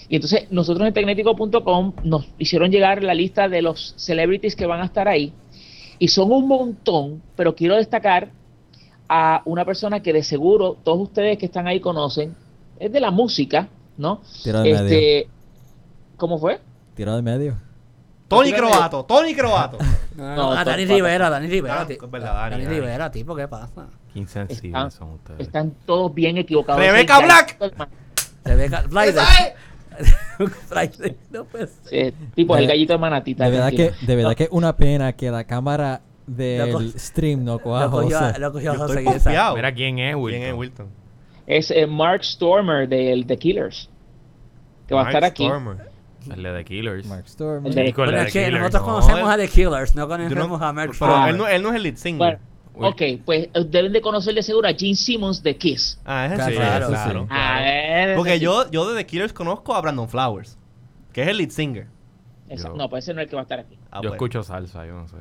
S5: Y entonces nosotros en tecnético.com nos hicieron llegar la lista de los celebrities que van a estar ahí. Y son un montón, pero quiero destacar a una persona que de seguro todos ustedes que están ahí conocen. Es de la música, ¿no?
S4: Tira de medio.
S5: Este, ¿Cómo fue?
S4: Tira de medio.
S1: Tony Croato, Tony Croato.
S3: No,
S5: No,
S3: no, a Dani
S5: todo-
S3: Rivera, Dani Rivera.
S1: Ah,
S3: ti-
S1: es verdad, Dani,
S3: Dani
S1: Dani.
S3: Rivera, tipo, ¿qué pasa?
S2: Qué insensibles
S5: Están-
S2: son ustedes.
S5: Están todos bien equivocados.
S1: Rebeca Black.
S3: Rebeca Friday.
S1: ¿Sabes?
S3: Friday, no pues, puede ser.
S5: Eh, tipo, es el gallito de manatita.
S4: De verdad que,
S5: tranquilo.
S4: de verdad que es una pena que la cámara
S3: Lo
S4: del
S3: cogió-
S4: stream no coja a
S3: Lo cogió, a-
S4: José.
S3: lo
S1: Yo
S3: cogió a José
S1: estoy
S3: Guisa.
S1: confiado.
S2: Mira quién es, Wilton.
S1: ¿Quién es Wilton?
S5: Es eh, Mark Stormer del The Killers. Que va a estar
S1: Mark
S5: aquí.
S1: Stormer.
S2: El de The Killers.
S4: Mark Storm.
S5: El de-
S2: Con la
S3: Bueno,
S2: de
S3: es que
S2: Killers,
S3: nosotros
S2: no.
S3: conocemos a The Killers, no
S1: Yo
S3: conocemos
S1: no-
S3: a Merck
S1: pero
S5: Stormer.
S1: él no, él no es el lead singer.
S5: Bueno,
S2: Uy.
S5: ok, pues eh, deben de conocer de seguro a Gene Simmons de Kiss.
S1: ah, es el
S4: Claro,
S1: sí,
S4: claro,
S1: claro, claro.
S4: sí.
S5: A ver.
S1: Porque yo, yo de The Killers conozco a Brandon Flowers, que es el lead singer.
S5: Esa-
S2: Yo-
S5: No, pues ese no es el que va a estar aquí.
S1: Ah,
S2: yo
S1: pues.
S2: escucho salsa, yo no sé.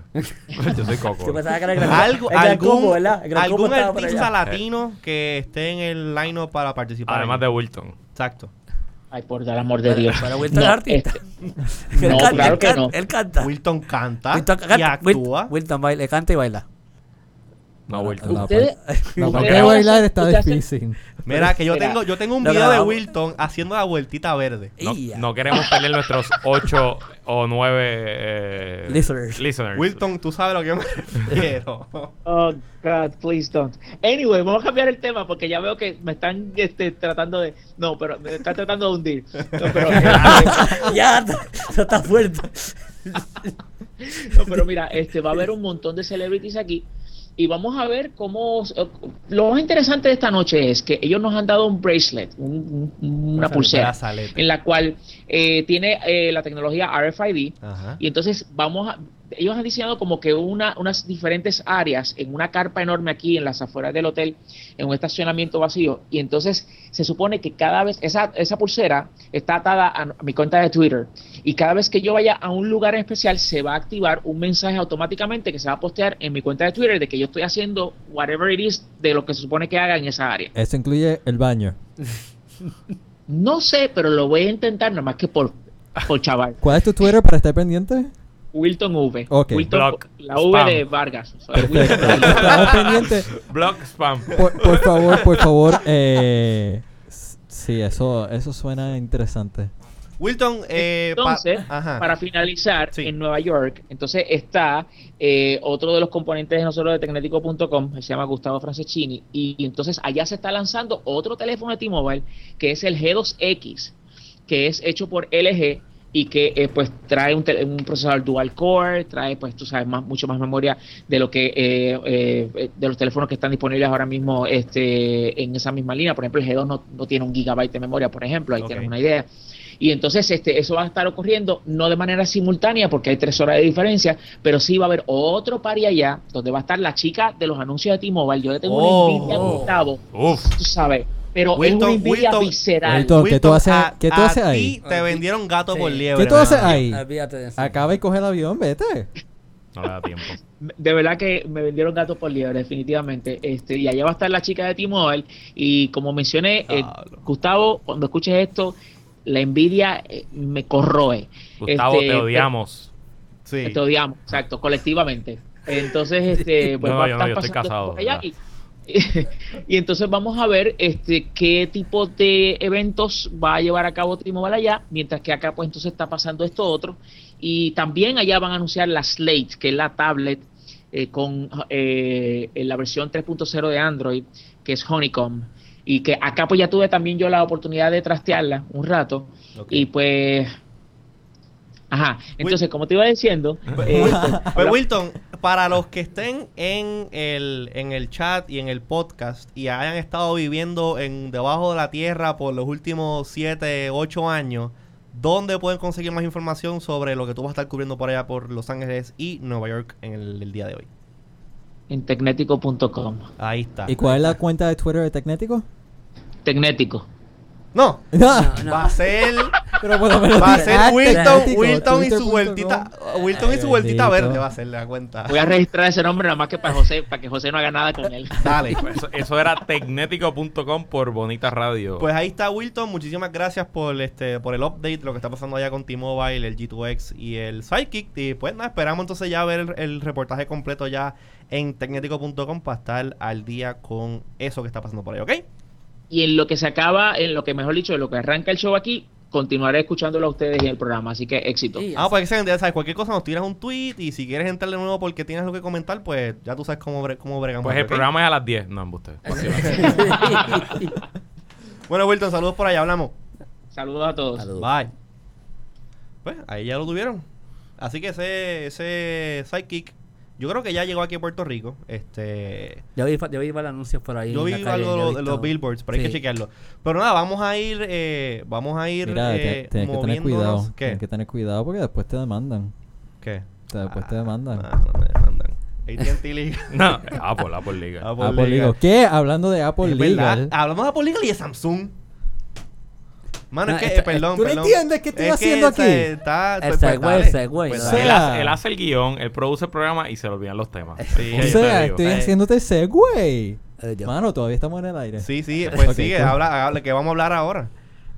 S2: yo soy
S3: Tú
S2: coco.
S3: pensabas que era el gran-
S1: Algo,
S3: el gran
S1: algún
S3: combo, ¿verdad? El gran combo
S1: algún
S3: estaba por
S1: artista
S3: allá.
S1: latino que esté en el line para participar.
S2: Además de Wilton.
S1: Exacto.
S5: Ay, por el amor de Dios.
S3: Pero Wilton es
S5: No,
S3: artista.
S5: este,
S3: Él
S5: No,
S3: canta,
S5: claro
S3: él
S5: que
S3: canta,
S5: no.
S3: Él canta.
S1: Wilton canta
S3: Wilton
S1: y
S3: canta- Wil-
S1: actúa.
S3: Wilton baila, canta y baila.
S2: No,
S4: Bueno,
S2: Wilton.
S4: no. pues.
S5: ustedes-
S4: No, para
S5: ustedes
S4: qué
S5: hacen-
S4: bailar está
S5: ustedes hacen-
S4: difícil.
S1: Mira, que yo
S5: Mira.
S1: tengo, yo tengo un
S3: Lo
S1: video de
S3: grabamos.
S1: Wilton haciendo la vueltita verde.
S2: No,
S3: Ia.
S2: no queremos perder nuestros 8 o eh, 9
S3: Listeners.
S1: Wilton, tú sabes a lo que yo me refiero.
S5: Oh, God, please don't. Anyway, vamos a cambiar el tema porque ya veo que me están este, tratando de. No, pero me están tratando de hundir. No, pero,
S3: ya, eso está fuerte.
S5: No, pero mira, este va a haber un montón de celebrities aquí y vamos a ver cómo lo más interesante de esta noche es que ellos nos han dado un bracelet, un- un- una
S1: Brazalete.
S5: pulsera
S1: Brazalete.
S5: en la cual eh, tiene eh, la tecnología RFID
S1: Ajá.
S5: y entonces vamos a ellos han diseñado como que una, unas diferentes áreas en una carpa enorme aquí en las afueras del hotel, en un estacionamiento vacío. Y entonces se supone que cada vez esa, esa pulsera está atada a mi cuenta de Twitter. Y cada vez que yo vaya a un lugar en especial, se va a activar un mensaje automáticamente que se va a postear en mi cuenta de Twitter de que yo estoy haciendo whatever it is de lo que se supone que haga en esa área.
S4: Eso incluye el baño.
S5: No sé, pero lo voy a intentar, nada más que por, por chaval.
S4: ¿Cuál es tu Twitter para estar pendiente?
S5: Wilton V.
S4: Ok.
S5: Wilton,
S2: Block.
S5: la V de
S2: Spam.
S5: Vargas. O sea,
S4: Perfecto.
S5: Wilton V.
S4: Estamos pendientes.
S2: Block spam.
S4: Por, por favor, por favor. Eh, s- sí, eso, eso suena interesante.
S1: Wilton, eh, pa-
S5: Entonces,
S1: ajá.
S5: para finalizar,
S1: Sí.
S5: en Nueva York, entonces está eh, otro de los componentes de nosotros de Tecnético.com, se llama Gustavo Franceschini, y, y entonces allá se está lanzando otro teléfono de T-Mobile, que es el G2X, que es hecho por LG, y que eh, pues trae un, tele- un procesador dual core, trae pues tú sabes más mucho más memoria de lo que eh, eh, de los teléfonos que están disponibles ahora mismo este en esa misma línea, por ejemplo el G2 no, no tiene un gigabyte de memoria, por ejemplo, ahí
S1: Ok.
S5: tienes una idea. Y entonces este, eso va a estar ocurriendo no de manera simultánea porque hay tres horas de diferencia, pero sí va a haber otro party allá donde va a estar la chica de los anuncios de T-Mobile. Yo le tengo
S1: Oh.
S5: una envidia a Gustavo,
S2: Uf.
S5: tú sabes, pero
S1: Wilton,
S5: es una envidia
S1: Wilton,
S5: visceral.
S4: Wilton, ¿qué tú haces-
S1: a-
S4: qué tú
S1: a
S4: haces
S1: ti
S4: ahí?
S1: te vendieron gato
S3: Sí.
S1: por liebre.
S4: ¿Qué tú haces
S1: mano.
S4: ahí?
S3: Olvídate de eso.
S4: Acaba y coge el avión, vete.
S2: No le da tiempo.
S1: Este,
S5: De verdad que me vendieron gato por liebre, definitivamente. Este, y allá va a estar la chica de T-Mobile. Y como mencioné, eh,
S1: Diablo.
S5: Gustavo, cuando escuches esto, la envidia eh, me corroe.
S2: Gustavo,
S5: Este,
S2: te odiamos.
S1: Sí.
S5: Te, te odiamos, exacto, colectivamente. Entonces, este, pues
S2: No,
S5: va a
S2: yo no,
S5: estar
S2: yo estoy
S5: pasando
S2: casado,
S5: por allá
S2: ¿verdad?
S5: y, y entonces vamos a ver este qué tipo de eventos va a llevar a cabo T-Mobile allá, mientras que acá pues entonces está pasando esto otro. Y también allá van a anunciar la Slate, que es la tablet eh, con eh, en la versión 3.0 de Android, que es Honeycomb. Y que acá pues ya tuve también yo la oportunidad de trastearla un rato.
S1: Ok.
S5: Y pues... Ajá, entonces como te iba diciendo... eh, pues,
S1: Pues Wilton, para los que estén en el, en el chat y en el podcast y hayan estado viviendo en debajo de la tierra por los últimos 7, 8 años, ¿dónde pueden conseguir más información sobre lo que tú vas a estar cubriendo por allá por Los Ángeles y Nueva York en el, el día de hoy?
S5: en tecnético.com.
S1: Ahí está.
S4: ¿Y cuál es la cuenta de Twitter de Tecnético?
S5: Tecnético.
S1: No,
S4: No,
S3: No,
S1: va a ser...
S4: pero por lo menos
S1: Va a
S4: tiene
S1: ser
S4: at
S1: Wilton,
S4: Tecnético,
S1: Wilton y su
S4: twitter.com.
S1: vueltita, Wilton y su
S4: Ay,
S1: vueltita
S4: bendito.
S1: verde va a ser la cuenta.
S5: Voy a registrar ese nombre nada más que para José, para que José no haga nada con él.
S1: Dale.
S2: Pues Eso, eso era tecnético.com por Bonita Radio.
S1: Pues ahí está Wilton, muchísimas gracias por este por el update, lo que está pasando allá con T-Mobile, el G2X y el Psychic. Y pues nada, esperamos entonces ya ver el, el reportaje completo ya en tecnético.com para estar al día con eso que está pasando por ahí, ¿ok?
S5: Y en lo que se acaba, en lo que mejor dicho, en lo que arranca el show aquí, continuaré escuchándolo a ustedes y el programa. Así que éxito.
S3: Sí,
S1: Ah, pues excelente, ya sabes, cualquier cosa nos tiras un tweet y si quieres entrar de nuevo porque tienes algo que comentar, pues ya tú sabes cómo, bre- cómo bregamos.
S2: Pues el
S1: ¿ok?
S2: programa es a las 10. No, embuste.
S1: Bueno, Wilton, saludos por allá, hablamos.
S5: Saludos a todos.
S3: Saludos.
S1: Bye. Pues ahí ya lo tuvieron. Así que ese, ese sidekick, yo creo que ya llegó aquí a Puerto Rico. Este,
S3: Yo vi, yo vi varios anuncios por ahí.
S1: yo
S3: en
S1: vi
S3: la calle,
S1: algo de
S3: yo he
S1: los- de
S3: visto-
S1: los billboards, pero hay que
S3: Sí.
S1: chequearlo. Pero nada, vamos a ir, eh, vamos a ir
S4: Mira, te-
S1: eh,
S4: tienes que tener
S1: moviéndonos.
S4: cuidado.
S1: ¿Qué?
S4: Tienes que tener cuidado porque después te demandan.
S1: ¿Qué?
S4: O sea, después te
S1: Ah,
S4: demandan.
S1: nah, no me demandan. AT&T League.
S2: No, Ah, Apple, Apple Liga.
S1: Apple
S4: Apple
S1: Legal.
S4: Legal. ¿Qué? Hablando de Apple
S1: Es verdad, Ah,
S4: Legal.
S1: Hablamos de Apple Legal y de Samsung. Mano,
S3: No,
S1: es que,
S3: esto-
S1: eh, perdón,
S4: Ah, ¿tú no
S1: perdón.
S4: entiendes qué estoy haciendo aquí?
S1: se- Está,
S3: El
S1: pues, pues,
S3: segue, el
S1: dale.
S3: segue,
S1: Pues
S3: ¿no?
S1: dale.
S2: Él, hace,
S4: sea-
S2: él hace el guión, él produce el programa y se le olvidan los temas. Sí,
S4: O
S2: yo te
S4: sea,
S2: digo.
S4: estoy
S1: Eh.
S4: haciéndote segway.
S3: Eh, yo-
S4: Mano, todavía estamos en el aire.
S1: Sí, sí, pues
S4: Ok,
S1: sigue,
S4: cool.
S1: habla, habla, que vamos a hablar ahora.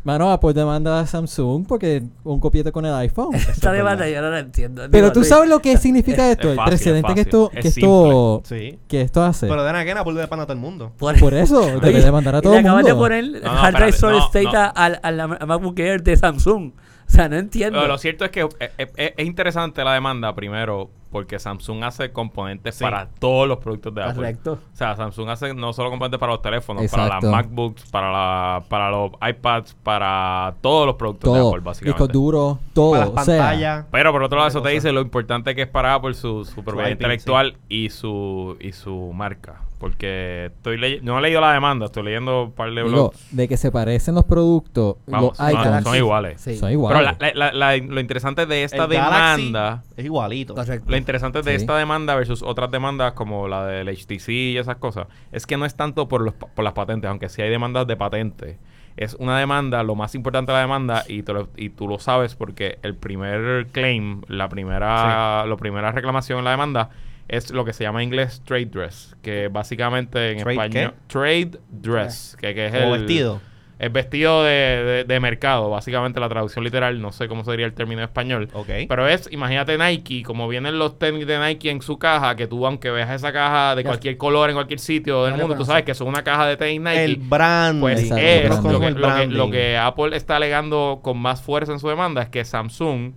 S4: Mano, Apple demanda a Samsung porque un copiete con el iPhone.
S3: Esta demanda yo no la entiendo.
S4: Pero
S3: Digo,
S4: tú
S3: Luis,
S4: sabes lo que significa esto,
S2: es
S4: el
S2: fácil, es
S4: precedente que
S2: fácil,
S4: esto,
S2: es
S4: que esto,
S1: Sí.
S4: que esto hace.
S1: Pero de nada que nada, por de pan a todo el mundo.
S4: Por eso, debe
S3: Oye,
S4: demandar a
S3: y
S4: todo
S3: le
S4: el
S3: acabas de
S4: mundo.
S3: poner
S2: no,
S3: hard drive
S2: espérate,
S3: solid
S2: no,
S3: state
S2: no.
S3: al, al, al MacBook Air de Samsung. O sea, no entiendo.
S2: Pero lo cierto es que eh, eh, es, interesante la demanda primero porque Samsung hace componentes
S1: Sí.
S2: para todos los productos de Apple.
S3: Correcto.
S2: O sea, Samsung hace no solo componentes para los teléfonos, para las
S4: Exacto.
S2: MacBooks, para, la- para los iPads, para todos los productos de
S4: Todo,
S2: Apple, básicamente.
S4: discos duros, todo.
S1: Para las
S4: o sea,
S1: pantallas.
S2: Pero por otro lado, eso
S1: Otra
S2: te
S1: cosa.
S2: dice lo importante que es para Apple su, su propiedad
S1: IP,
S2: intelectual y su y su marca. Porque estoy leyendo, no he leído la demanda, estoy leyendo un par de
S4: digo,
S2: blogs.
S4: de que se parecen los productos,
S2: Vamos,
S4: los
S2: son-
S4: icons,
S2: son iguales.
S3: Sí.
S4: son
S2: Pero
S4: iguales.
S2: la- la- la- la- lo interesante de esta
S1: El Galaxy
S2: demanda,
S1: es igualito.
S3: Correcto.
S2: lo interesante de
S4: Sí.
S2: esta demanda versus otras demandas como la del HTC y esas cosas, es que no es tanto por, los, pa- por las patentes, aunque sí hay demandas de patentes. Es una demanda, lo más importante de la demanda, y, te lo- y tú lo sabes porque el primer claim, la primera, la primera reclamación en la demanda es lo que se llama en inglés trade dress, que básicamente en
S1: ¿Trade
S2: español...
S1: qué?
S2: Trade dress, que, que es
S1: o
S2: el...
S1: vestido.
S2: El vestido de, de- de mercado, básicamente la traducción literal, no sé cómo sería el término en español.
S1: Ok.
S2: Pero es, imagínate Nike, como vienen los tenis de Nike en su caja, que tú aunque veas esa caja de
S3: Ya.
S2: cualquier color en cualquier sitio del
S3: Ya lo
S2: mundo, tú
S3: conoces.
S2: sabes que son una caja de tenis Nike.
S1: el branding.
S2: Pues
S4: Exacto,
S2: es
S1: Nosotros
S4: branding.
S2: lo que,
S1: conocemos el
S2: lo que- lo
S1: branding.
S2: que Apple está alegando con más fuerza en su demanda es que Samsung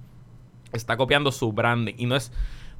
S2: está copiando su branding. Y no es,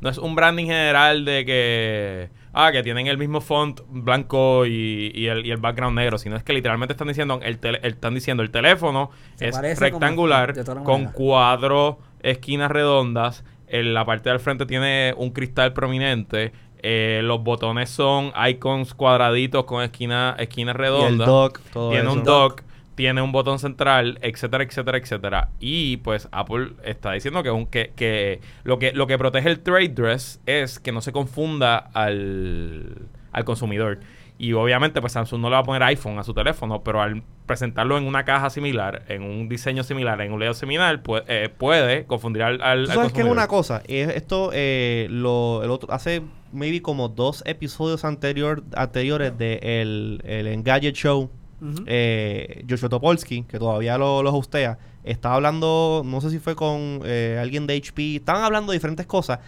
S2: no es un branding general de que ah, que tienen el mismo font blanco y, y el, y el background negro, sino es que literalmente están diciendo el, tele- el- están diciendo el teléfono
S3: Se
S2: es
S3: parece como-
S2: rectangular
S3: de todas
S2: con
S3: maneras.
S2: cuatro esquinas redondas, en la parte del frente tiene un cristal prominente. eh, los botones son icons cuadraditos con esquinas esquinas
S1: Y el
S2: redondas
S1: dock, todo
S2: tiene
S1: eso.
S2: un dock, tiene un botón central, etcétera, etcétera, etcétera. Y pues Apple está diciendo que, un- que, que lo que lo que protege el trade dress es que no se confunda al, al consumidor. Y obviamente pues Samsung no le va a poner iPhone a su teléfono, pero al presentarlo en una caja similar, en un diseño similar, en un layout similar, pues, eh, puede confundir al, al,
S1: ¿Tú sabes qué
S2: al
S1: es
S2: consumidor.
S1: una cosa? Eh, Esto, eh, lo, el otro, hace maybe como dos episodios anterior, anteriores de el, el Engadget Show,
S3: Ujú.
S1: eh, Joshua Topolsky, que todavía lo, lo hostea, estaba hablando, no sé si fue con eh, alguien de HP, estaban hablando de diferentes cosas.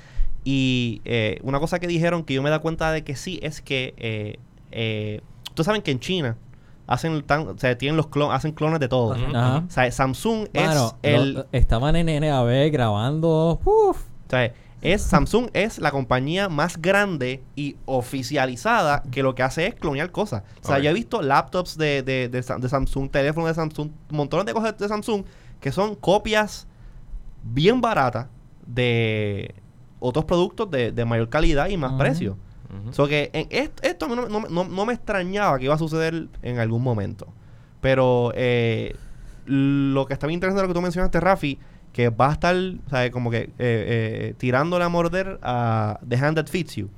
S1: Y eh, una cosa que dijeron que yo me da cuenta de que sí es que. Eh, eh, Ustedes saben que en China hacen tan, o sea, tienen los clon- hacen clones de todo.
S2: Ujú.
S4: Ajá.
S1: O sea, Samsung
S4: Mano,
S1: es el.
S4: lo- estaban en NAB grabando. Uf.
S1: O sea, es, Samsung es la compañía más grande y oficializada que lo que hace es clonear cosas. O sea,
S2: Ok.
S1: yo he visto laptops de, de- de Sam- de Samsung, teléfonos de Samsung, montones de cosas de Samsung que son copias bien baratas de otros productos de, de mayor calidad y más
S4: Ujú.
S1: precio.
S2: Ujú.
S1: So que en est- esto a mí no, no- no- no me extrañaba que iba a suceder en algún momento. Pero eh, lo que está bien interesante de lo que tú mencionaste, Rafi, que va a estar, ¿sabes? Como que eh, eh, tirándole a morder a The Hand That Fits You.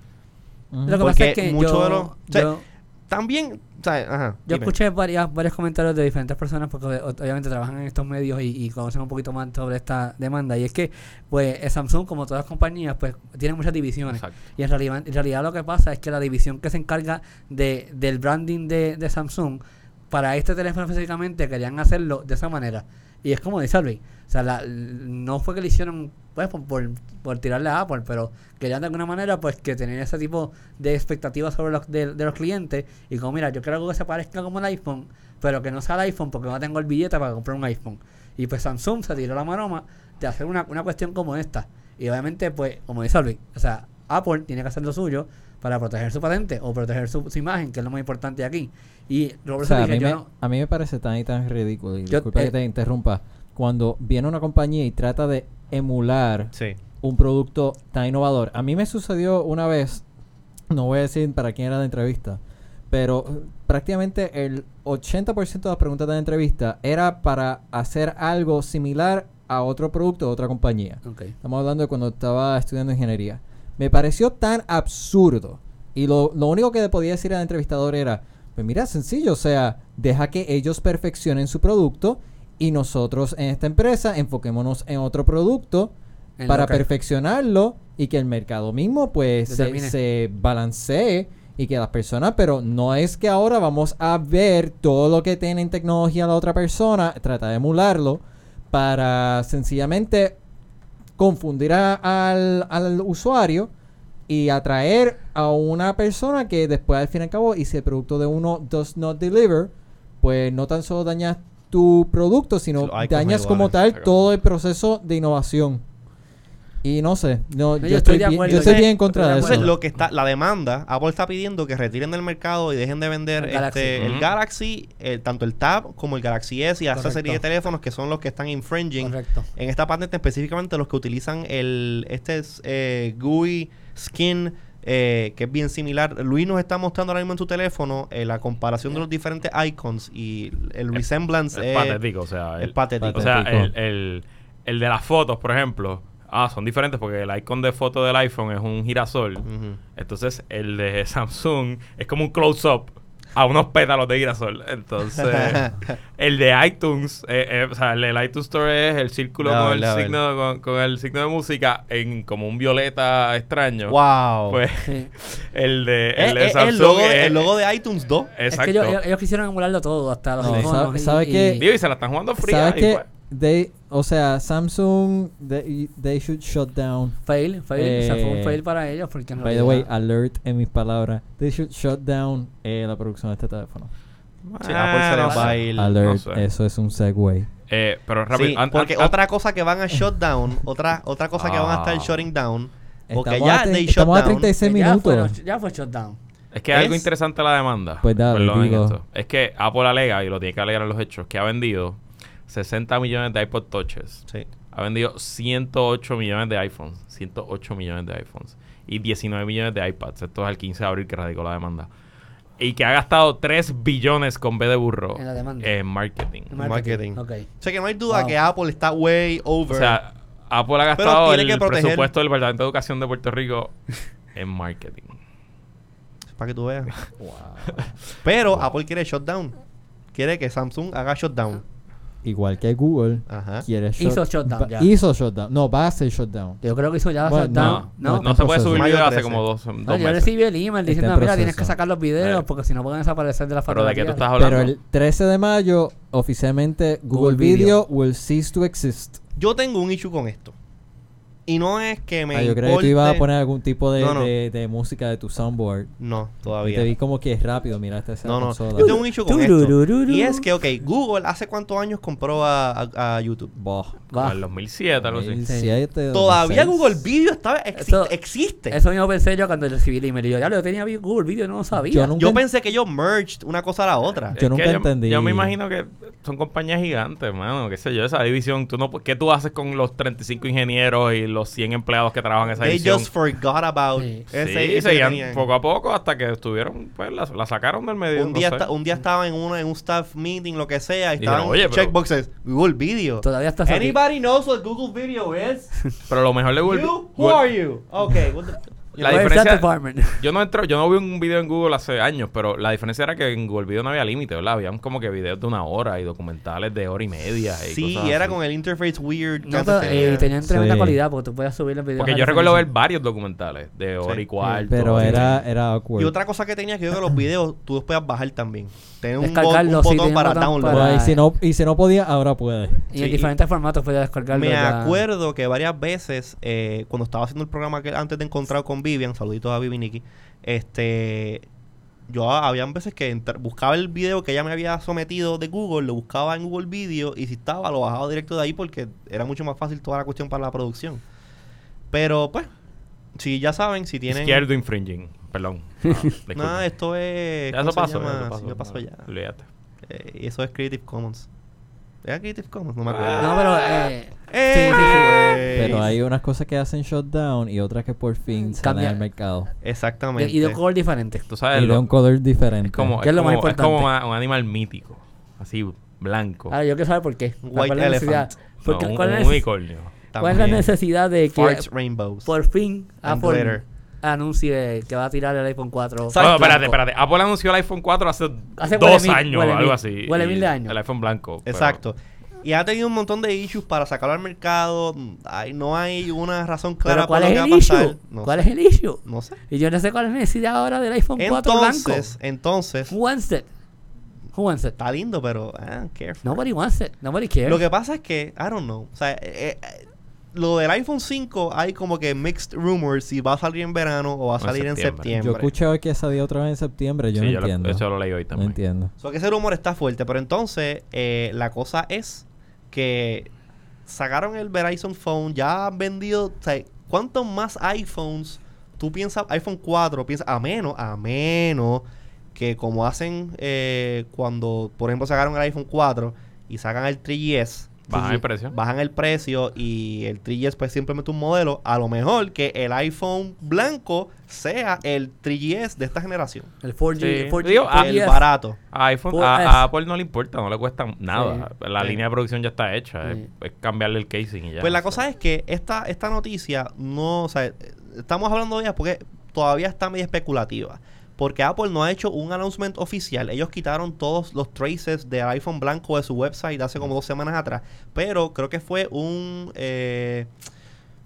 S4: Ujú.
S3: Lo que pasa
S1: Porque
S3: es que
S1: mucho
S3: yo,
S1: de los- o sea,
S3: yo-
S1: También, ¿sabes? Ajá.
S3: yo
S1: dime.
S3: escuché varias, varios comentarios de diferentes personas porque o- obviamente trabajan en estos medios y, y conocen un poquito más sobre esta demanda. Y es que, pues, eh, Samsung, como todas las compañías, pues, tiene muchas divisiones.
S2: Exacto.
S3: Y en realidad, en realidad lo que pasa es que la división que se encarga de, del branding de, de Samsung, para este teléfono específicamente querían hacerlo de esa manera. Y es como dice Luis, o sea, la- no fue que le hicieron pues, por, por, por tirarle a Apple, pero querían de alguna manera pues que tener ese tipo de expectativas sobre los, de, de los clientes y como mira, yo quiero algo que se parezca como el iPhone, pero que no sea el iPhone porque no tengo el billete para comprar un iPhone. Y pues Samsung se tiró la maroma de hacer una, una cuestión como esta. Y obviamente pues, como dice Luis, o sea, Apple tiene que hacer lo suyo para proteger su patente o proteger su, su imagen, que es lo más importante aquí. Y
S4: O
S3: Robert
S4: sea, a,
S3: dije,
S4: mí
S3: yo
S4: me,
S3: no-
S4: a mí me parece tan y tan ridículo. Y
S3: Yo-
S4: disculpa
S3: eh,
S4: que te interrumpa. Cuando viene una compañía y trata de emular
S1: Sí.
S4: un producto tan innovador. A mí me sucedió una vez, no voy a decir para quién era la entrevista, pero eh, prácticamente el 80% de las preguntas de la entrevista era para hacer algo similar a otro producto de otra compañía.
S3: Ok.
S4: Estamos hablando de cuando estaba estudiando ingeniería. Me pareció tan absurdo. Y lo, lo único que le podía decir al entrevistador era, pues mira, sencillo, o sea, deja que ellos perfeccionen su producto y nosotros en esta empresa enfoquémonos en otro producto
S3: En
S4: para
S3: lo que-
S4: perfeccionarlo y que el mercado mismo pues se,
S3: Determine.
S4: se balancee y que las personas, pero no es que ahora vamos a ver todo lo que tiene en tecnología la otra persona, tratar de emularlo para sencillamente confundir a- al, al usuario y atraer a una persona que después al fin y al cabo y si el producto de uno does not deliver pues no tan solo dañas tu producto sino
S1: Sí, los icons
S4: dañas
S1: iguales,
S4: como tal
S2: exacto.
S4: todo el proceso de innovación y no sé no, yo,
S3: yo
S4: estoy
S3: estoy de
S4: bien,
S3: acuerdo,
S4: yo estoy
S1: yo-
S4: bien en contra de
S1: Entonces,
S4: eso
S1: pues, lo que está, la demanda, Apple está pidiendo que retiren del mercado y dejen de vender
S3: El
S1: el
S3: Galaxy.
S1: Galaxy, este,
S2: Ujú.
S1: el Galaxy eh, tanto el Tab como el Galaxy S y esa
S3: Correcto.
S1: serie de teléfonos que son los que están infringing
S3: Correcto.
S1: En esta patente específicamente los que utilizan el este es, eh, GUI skin eh, que es bien similar. Luis nos está mostrando ahora mismo en su teléfono eh, la comparación de los diferentes icons y
S2: Eh,
S1: el resemblance eh,
S2: Es patético, o sea,
S1: es
S2: el-
S1: patético.
S2: O sea, el,
S4: Auténtico.
S2: el, el de las fotos, por ejemplo. Ah, son diferentes porque el icon de foto del iPhone es un girasol.
S1: Ujú.
S2: Entonces, el de Samsung es como un close-up a unos pétalos de girasol. Entonces, el de iTunes, eh, eh, o sea, el del iTunes Store es el círculo
S1: La
S2: con,
S1: verdad,
S2: el
S1: la
S2: signo, con, con el signo de música en como un violeta extraño.
S1: wow.
S2: Pues,
S3: Sí.
S2: el de,
S1: Eh,
S2: el de
S1: eh,
S2: Samsung
S1: el, logo,
S2: es-
S1: el logo de iTunes 2.
S2: Exacto.
S3: Es que eh, ellos, ellos- ellos quisieron emularlo todo, hasta los
S4: No,
S3: iconos
S4: sabe-
S3: y-
S4: sabe
S3: y-
S4: que-
S2: Digo, y se la están jugando fría.
S4: sabes
S2: y
S4: que
S2: pues-
S4: they, o sea Samsung they, they should shut down
S3: Fail, fail. o sea, fue un
S4: Eh,
S3: fail para ellos porque en
S4: by the way
S3: realidad-
S4: alert en mis palabras they should shut down eh, la producción de este teléfono
S2: ah, pues,
S1: Sí, Apple Ah, pues se
S2: no
S1: nos
S2: sé.
S1: va a ir.
S4: alert
S2: no sé.
S4: eso es un segue
S2: Eh, pero
S1: Sí,
S2: rápido, an-
S1: porque
S2: an-
S1: otra cosa que van a shut down, otra, otra cosa que van a estar
S2: Ah.
S1: shutting down Porque
S4: estamos
S1: ya
S4: a, tre-
S1: they shut
S4: estamos a
S1: down.
S4: 36
S3: ya
S4: minutos.
S3: Fue, ya fue shutdown.
S2: Es que
S1: Es-
S2: algo interesante la demanda.
S4: Pues dale,
S2: Perdonen
S4: digo.
S2: esto. Es que Apple alega, y lo tiene que alegar en los hechos, que ha vendido 60 millones de iPod Touches.
S1: Sí.
S2: Ha vendido 108 millones de iPhones. 108 millones de iPhones. Y 19 millones de iPads. Esto es el 15 de abril que radicó la demanda. Y que ha gastado 3 billones con B de burro
S3: En la demanda.
S2: en marketing.
S1: Marketing.
S3: Ok.
S1: O sea que no hay duda
S3: Wow.
S1: que Apple está way
S2: O
S1: over.
S2: sea, Apple ha gastado
S1: tiene
S2: el
S1: que proteger-
S2: presupuesto del Departamento de Educación de Puerto Rico en marketing.
S1: para que tú veas. Pero Apple quiere shutdown. Quiere que Samsung haga shutdown.
S4: Igual que Google.
S1: Ajá.
S4: Quiere
S3: Hizo
S4: shut-
S3: shutdown,
S4: va-
S3: ya.
S4: Hizo shutdown. No, va a hacer shutdown.
S3: Yo creo que hizo ya
S4: Bueno,
S3: shutdown.
S2: no,
S3: No,
S2: no, se puede subir
S1: Mayo
S2: video hace
S1: 13.
S2: como dos,
S4: Ah,
S2: dos
S3: No, yo
S2: meses.
S3: recibí el email
S4: Está en
S3: diciendo, mira, tienes
S4: proceso.
S3: que sacar los videos
S2: Eh.
S3: porque si no pueden desaparecer de la
S2: Pero de qué tú estás hablando.
S4: Pero el 13 de mayo, oficialmente, Google,
S3: Google Video.
S4: Video. will cease to exist.
S1: Yo tengo un issue con esto. Y no es que me
S4: Ah, yo creo que tú
S1: importe-
S4: ibas a poner algún tipo de,
S1: No, no.
S4: de- de música de tu soundboard.
S1: No,
S4: Y
S1: todavía.
S4: te vi como que rápido miraste esa
S1: No, no.
S4: consola.
S1: Yo tengo un issue con esto.
S3: Tururururu.
S1: Y es que, ok, Google hace cuántos años compró a, a- a YouTube.
S4: Boh.
S2: Como en 2007, algo así.
S4: 2007,
S1: Todavía
S4: 2006.
S1: Google Video está, exi-
S3: Eso-
S1: existe.
S3: Eso mismo pensé yo cuando recibí el email. Y yo, ya lo tenía vi- Google Video, no lo sabía.
S4: Yo nunca
S1: Yo pensé que ellos merged una cosa a la otra.
S4: Yo
S2: Es
S4: nunca
S2: que
S4: entendí.
S2: Yo me imagino que son compañías gigantes, mano. Qué sé yo, esa división. Tú no, pu- ¿Qué tú haces con los 35 ingenieros y los 100 empleados que trabajan en esa
S1: They
S2: división?
S1: just forgot about
S3: Sí.
S1: ese
S2: sí,
S1: issue que
S2: seguían
S1: tenían.
S2: poco a poco hasta que estuvieron, pues la, la sacaron del medio.
S1: Un
S2: no
S1: día,
S2: sé.
S1: esta- un día estaba en, uno, en un staff meeting, lo que sea, y
S2: Dijeron,
S1: estaban
S2: "Oye, pero-
S1: checkboxes. Google Video.
S3: Todavía estás aquí.
S1: Anybody knows what Google Video is?
S2: Pero lo mejor de Google.
S1: you? Who
S2: Google-
S1: are you? Okay. what the-
S2: La
S3: Where's that
S2: diferencia,
S3: department?
S2: Yo no entro, yo no vi un video en Google hace años, pero la diferencia era que en Google Video no había límite, ¿verdad? Habían como que videos de una hora y documentales de hora y media. Y
S1: sí,
S2: cosas
S1: era
S2: así.
S1: con el interface weird. que
S3: No,
S1: antes
S3: pero,
S1: tenía.
S3: eh, tenían tremenda
S4: Sí.
S3: calidad porque tú podías subir los videos.
S2: Porque
S3: a
S2: yo recuerdo ver
S3: diferencia.
S2: varios documentales de hora
S1: Sí.
S2: y cuarto.
S4: Pero
S2: así.
S4: era, era awkward.
S1: Y otra cosa que tenía que yo que los videos tú los podías bajar también. Tener un, bot- un
S3: Descargarlos, sí,
S1: botón
S3: tenía un
S1: para
S3: botón
S1: download.
S3: para-
S4: Pero ahí si no, y si no podía, ahora puede.
S3: Y en
S1: Sí.
S3: diferentes formatos podías descargarlo.
S1: Me
S3: ya.
S1: acuerdo que varias veces, eh, cuando estaba haciendo el programa que antes de encontrar con Vivian, saluditos a Vivi Nikki, este, yo a- habían veces que entr- buscaba el video que ella me había sometido de Google, lo buscaba en Google Video y si estaba lo bajaba directo de ahí porque era mucho más fácil toda la cuestión para la producción. Pero pues, si ya saben, si tienen...
S2: Izquierdo infringing. Perdón. Ah,
S1: Nada, esto es...
S2: Ya
S1: ¿cómo
S2: eso
S1: se
S2: pasó.
S1: llama?
S2: eso
S1: Sí, ya pasó ya.
S2: Olvídate.
S1: Eh, y eso es Creative Commons. ¿Era Creative Commons? No me
S2: Ah.
S1: acuerdo.
S3: No, pero. Eh,
S1: Eh,
S3: sí, sí, sí.
S4: Pero hay unas cosas que hacen shutdown y otras que por fin salen
S3: Cambia-
S4: al mercado.
S1: Exactamente.
S3: Y, y de color diferente.
S2: Tú
S4: Y
S2: sabes,
S4: de
S2: Ah, lo-
S4: un color diferente.
S2: es como,
S3: ¿Qué
S2: es
S3: es lo más
S2: como- es como
S3: importante?
S2: una- un animal mítico. Así, blanco.
S3: Ahora, yo quiero saber por qué.
S1: White
S3: ¿Cuál es la necesidad?
S1: elephant.
S3: Porque,
S2: No, un,
S3: ¿cuál,
S2: un
S3: es,
S2: unicornio.
S3: ¿Cuál es la
S1: También.
S3: necesidad de que
S1: Farts Rainbows.
S3: por fin
S1: And glitter.
S3: Apple anuncie que va a tirar el iPhone 4?
S2: No, espérate,
S3: blanco?
S2: espérate. Apple anunció el iPhone 4 hace,
S3: Hace
S2: dos
S3: huele mil-
S2: años
S3: huele
S2: o algo
S3: mil-
S2: así.
S3: huele
S2: y
S3: mil de años.
S2: El iPhone blanco. pero-
S1: Exacto. Y ha tenido un montón de issues para sacarlo al mercado. Ay, no hay una razón clara
S3: ¿Pero cuál
S1: para
S3: es
S1: lo que
S3: el
S1: va a pasar.
S3: issue?
S1: No
S3: ¿Cuál
S1: sé.
S3: es el issue?
S1: No sé.
S3: Y yo no sé cuál es la necesidad ahora del iPhone 4 blanco.
S1: Entonces, entonces,
S3: Who wants it? Who wants it?
S1: está lindo, pero ah, careful.
S3: Nobody wants it. Nobody cares.
S1: Lo que pasa es que, I don't know. O sea, eh, eh, lo del iPhone 5 hay como que mixed rumors si va a salir en verano o va a
S2: O en
S1: salir en
S2: septiembre.
S1: septiembre.
S4: Yo escuché hoy que salió otra vez en septiembre. Yo
S2: Sí,
S4: no
S2: yo lo-
S4: entiendo.
S2: eso lo leí hoy
S4: no
S2: también.
S4: entiendo.
S1: O sea, que ese rumor está fuerte, pero entonces eh, la cosa es que sacaron el Verizon Phone, ya han vendido, o sea, ¿cuántos más iPhones tú piensas, iPhone 4, piensas, a menos, a menos que como hacen eh, cuando, por ejemplo, sacaron el iPhone 4 y sacan el 3GS,
S2: Bajan el precio.
S1: bajan el precio y el 3GS pues simplemente un modelo, a lo mejor que el iPhone blanco sea el 3GS de esta generación,
S3: el 4G.
S2: Sí.
S3: 4G
S2: Digo, Ah,
S1: el
S3: 4GS.
S1: barato.
S2: A, iPhone-
S3: Por-
S2: a-
S3: Pues es-
S2: a Apple no le importa, no le cuesta nada. La
S1: Sí.
S2: línea de producción ya está hecha.
S3: Sí.
S2: Es, es cambiarle el casing y ya.
S1: Pues la cosa es que esta, esta noticia no, o sea, eh, estamos hablando de ella porque todavía está medio especulativa. Porque Apple no ha hecho un announcement oficial. Ellos quitaron todos los traces del iPhone blanco de su website hace como dos semanas atrás. Pero creo que fue un eh,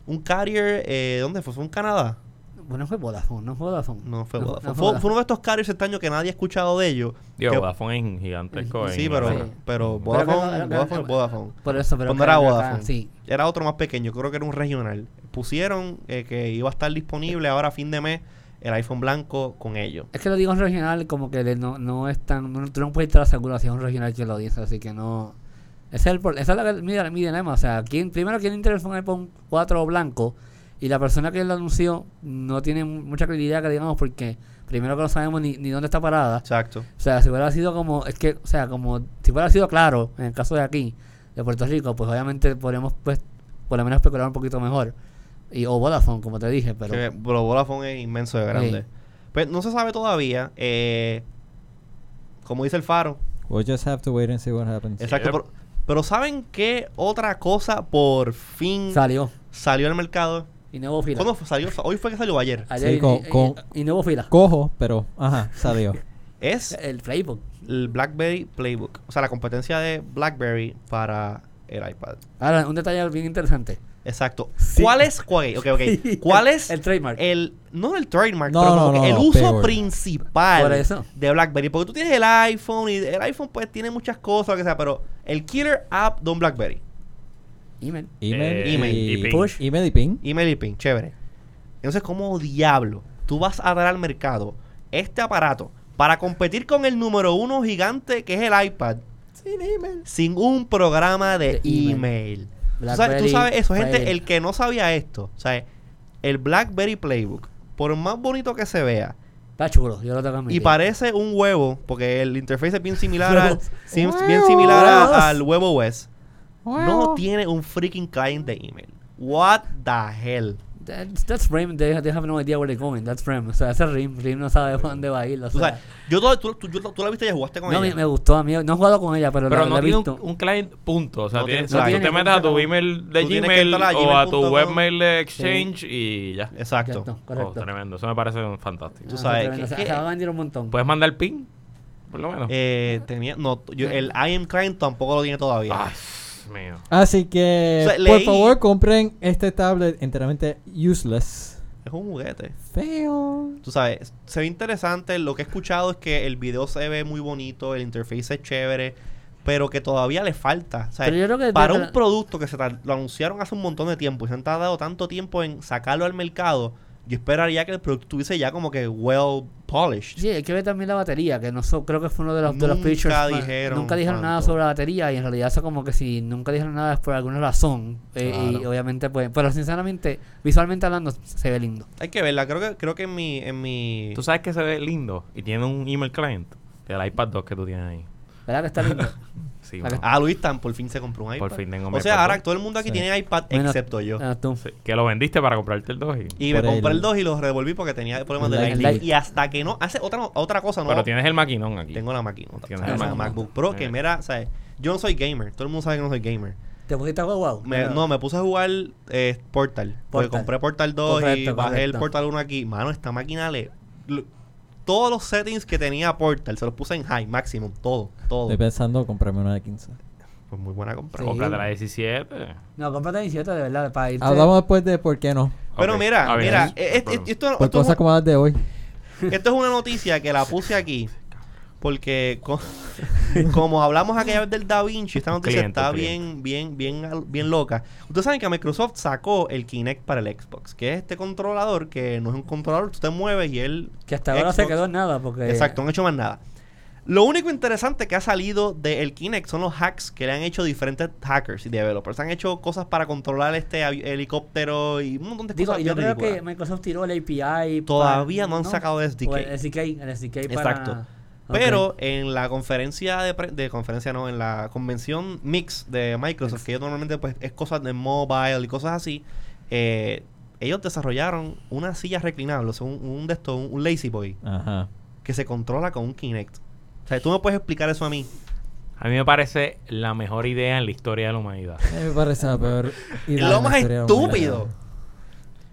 S1: un carrier, eh, ¿dónde fue? ¿Fue un Canadá?
S3: Bueno, fue Vodafone, no fue Vodafone.
S1: No, fue Vodafone.
S3: no
S1: Fue, fue uno de estos carriers este año que nadie ha escuchado de ellos.
S2: Digo,
S1: que-
S2: Vodafone es gigantesco. en
S1: sí, pero,
S2: Inglaterra.
S1: pero
S3: Pero que no-
S1: Vodafone,
S3: que no-
S1: Vodafone, Vodafone.
S3: Por eso, pero.
S1: cuando
S3: que
S1: era
S3: acá,
S1: Vodafone.
S3: Sí.
S1: Era otro más pequeño, creo que era un regional. Pusieron eh, que iba a estar disponible ahora a fin de mes el iPhone blanco con ello.
S3: Es que lo digo en regional, como que de- no, no es tan. No, tú no puedes estar seguro si es un regional que lo dice, así que no. Ese es el, pro- esa es la, mi, mi dilema. O sea, ¿quién, primero, ¿quién interesa un iPhone 4 blanco? Y la persona que lo anunció no tiene mu- mucha credibilidad, que digamos, porque primero que no sabemos ni, ni dónde está parada.
S1: Exacto.
S3: O sea, si hubiera sido como, es que, o sea, como, si hubiera sido claro, en el caso de aquí, de Puerto Rico, pues obviamente podríamos, pues, por lo menos especular un poquito mejor. Y, o Vodafone, como te dije, pero...
S1: Que- pero Vodafone es inmenso de grande.
S3: Sí.
S1: Pues no se sabe todavía. eh, como dice el faro.
S4: We'll just have to wait and see what happens.
S1: Exacto.
S2: Yep.
S1: Pero, pero ¿saben qué otra cosa por fin
S3: Salió.
S1: salió al mercado?
S3: Y no hubo fila.
S1: ¿Cuándo fue- salió? Hoy fue que salió ayer.
S3: Ayer
S4: Sí,
S3: y-
S4: con-
S3: y,
S4: con-
S3: y no hubo fila.
S4: Cojo, pero ajá, salió.
S1: Es
S3: el Playbook.
S1: el BlackBerry Playbook. O sea, la competencia de BlackBerry para el iPad.
S3: Ahora, un detalle bien interesante.
S1: Exacto.
S3: Sí.
S1: ¿Cuál es? ok, ok, ok. ¿Cuál
S3: El-
S1: es
S3: el trademark.
S1: el- no el trademark,
S4: No,
S1: pero
S4: no,
S1: como
S4: no,
S1: que el
S4: no,
S1: uso
S4: peor.
S1: principal
S3: Por eso.
S1: de BlackBerry. Porque tú tienes el iPhone y el iPhone pues tiene muchas cosas, lo que sea, pero el killer app de un BlackBerry.
S3: Email.
S4: Email,
S2: Eh,
S1: email
S2: y ping.
S3: push.
S4: Email y ping.
S1: Email y ping, chévere. Entonces, ¿cómo diablo tú vas a dar al mercado este aparato para competir con el número uno gigante que es el iPad
S4: Sin email.
S1: sin un programa de,
S3: De email.
S1: email? Tú sabes, tú
S3: BlackBerry
S1: sabes eso, gente,
S3: Playbook.
S1: el que no sabía esto, o sea, el BlackBerry Playbook, por más bonito que se vea,
S3: Está chulo, yo lo tengo en mi
S1: y
S3: vida.
S1: parece un huevo, porque el interface es bien similar al,
S3: Huevos.
S1: sim- bien similar a-
S3: Huevos.
S1: al huevo OS, no tiene un freaking client de email. What the hell?
S3: That's, that's Rim, they, they have no idea where they're going. That's Rim. O sea, ese Rim, Rim no sabe para dónde va a ir. O
S1: Tú
S3: sea,
S1: sabes, yo todo- tú, tú- yo- tú la viste y jugaste con
S3: no, me,
S1: ella.
S3: me gustó a mí. No he jugado con ella, pero,
S2: Pero
S3: la,
S2: no
S3: la he
S2: tiene
S3: visto.
S2: un, un client punto. O sea,
S1: No
S2: tienes-
S1: tiene
S2: tú
S1: client.
S2: te metes a tu
S3: Exacto.
S2: email de
S1: Tú tienes que
S2: Gmail
S1: entrar a
S2: o a tu
S1: gmail.com.
S2: webmail de Exchange y ya.
S1: Exacto.
S3: Exacto,
S2: Oh,
S3: correcto.
S2: tremendo. Eso me parece un fantástico.
S1: Tú
S3: Ah,
S1: sabes
S3: tremendo.
S1: que-
S3: O sea,
S1: que- Pues,
S3: se va a vender un montón.
S2: ¿Puedes mandar ping? Por lo menos.
S1: Eh, tenía, no, yo- el IM client tampoco lo tiene todavía.
S3: Ah.
S2: Ay, Dios mío.
S4: Así que,
S1: O sea,
S4: por
S1: leí-
S4: favor, compren este tablet enteramente useless.
S1: Es un juguete.
S4: Feo.
S1: Tú sabes, se ve interesante. Lo que he escuchado es que el video se ve muy bonito, el interface es chévere, pero que todavía le falta. O sea,
S3: Pero yo creo que
S1: para
S3: desde
S1: un
S3: la-
S1: producto que se tar- lo anunciaron hace un montón de tiempo y se han tardado tanto tiempo en sacarlo al mercado, yo esperaría que el producto estuviese ya como que well polished.
S3: Sí, hay que ver también la batería, que no so- creo que fue uno de los, de los
S1: Nunca
S3: features más-
S1: dijeron
S3: nunca dijeron nada
S1: cuánto.
S3: sobre la batería y en realidad eso como que si nunca dijeron nada es por alguna razón. eh, Y
S1: Claro.
S3: obviamente, pues, pero sinceramente, visualmente hablando, se ve lindo.
S1: Hay que verla, creo que, creo que en mi, en mi
S2: Tú sabes que se ve lindo y tiene un email client. El iPad 2 que tú tienes ahí.
S3: ¿Verdad que está lindo?
S2: Sí,
S3: Vale.
S2: mano.
S1: Ah, Luis Tan por fin se compró un iPad.
S2: Por fin tengo mi
S1: o sea,
S2: iPad
S1: ahora
S2: dos.
S1: todo el mundo aquí
S4: Sí.
S1: tiene iPad
S3: Menos-
S1: excepto yo.
S3: menos tú.
S2: Sí, Que lo vendiste para comprarte el 2 y...
S1: Y me
S4: Por
S1: compré
S4: el-
S1: el 2 y los revolví porque tenía problemas de
S4: El
S1: Lightning.
S3: Lightning.
S1: Y hasta que no hace otra otra cosa, no.
S2: Pero tienes el maquinón aquí.
S1: tengo la máquina, o sea,
S2: Tienes
S1: la
S3: el
S1: MacBook,
S3: MacBook.
S1: Pro que
S2: Mira.
S1: mira, o sea, yo no soy gamer, todo el mundo sabe que no soy gamer.
S3: ¿Te pusiste a wow?
S1: Me- no, me puse a jugar eh, Portal, porque
S3: Portal.
S1: compré Portal 2 y
S3: Correcto,
S1: bajé el
S3: correcto.
S1: Portal 1 aquí. Mano, esta máquina le lo- todos los settings que tenía Portal se los puse en high, maximum, todo, todo.
S4: Estoy pensando en comprarme una de 15.
S1: Pues muy buena compra.
S3: Sí.
S2: Cómprate la 17.
S3: No, cómprate 17 de verdad para
S1: Este-
S3: irte.
S4: Hablamos después de por qué no.
S1: Pero
S2: Ok,
S1: mira,
S2: está bien.
S1: mira,
S2: No hay
S1: eh, eh,
S2: problema.
S1: esto,
S4: Por
S1: esto es
S4: cosas como las de hoy.
S1: Esto es una noticia que la puse aquí. Porque co- como hablamos aquella vez del Da Vinci, esta noticia
S2: Cliente,
S1: está
S2: cliente.
S1: bien, bien, bien, al- bien loca. Ustedes saben que Microsoft sacó el Kinect para el Xbox, que es este controlador que no es un controlador, tú te mueves y él.
S3: Que hasta ahora se
S1: Xbox-
S3: quedó en nada porque...
S1: Exacto, no han hecho más nada. Lo único interesante que ha salido del Kinect son los hacks que le han hecho diferentes hackers y developers. Han hecho cosas para controlar este avi- helicóptero y un montón de
S3: Digo,
S1: cosas.
S3: yo
S1: bien
S3: creo
S1: ridículas.
S3: que Microsoft tiró el API.
S1: ah. Todavía no han sacado el SDK.
S3: O El SDK, el SDK para...
S1: Exacto.
S3: Ok.
S1: Pero en la conferencia de, pre- de conferencia no, en la convención mix de Microsoft,
S3: Mix.
S1: que ellos normalmente pues es cosas de mobile y cosas así, eh, ellos desarrollaron una silla reclinable, o sea, un, un de estos, un, un lazy boy,
S4: Ajá.
S1: que se controla con un Kinect. O sea, tú me puedes explicar eso a mí.
S2: A mí me parece la mejor idea en la historia de la humanidad.
S4: Eh, Me parece la peor
S1: Es
S4: idea
S1: lo
S4: de la
S1: más
S4: historia de la
S1: estúpido.
S4: humanidad.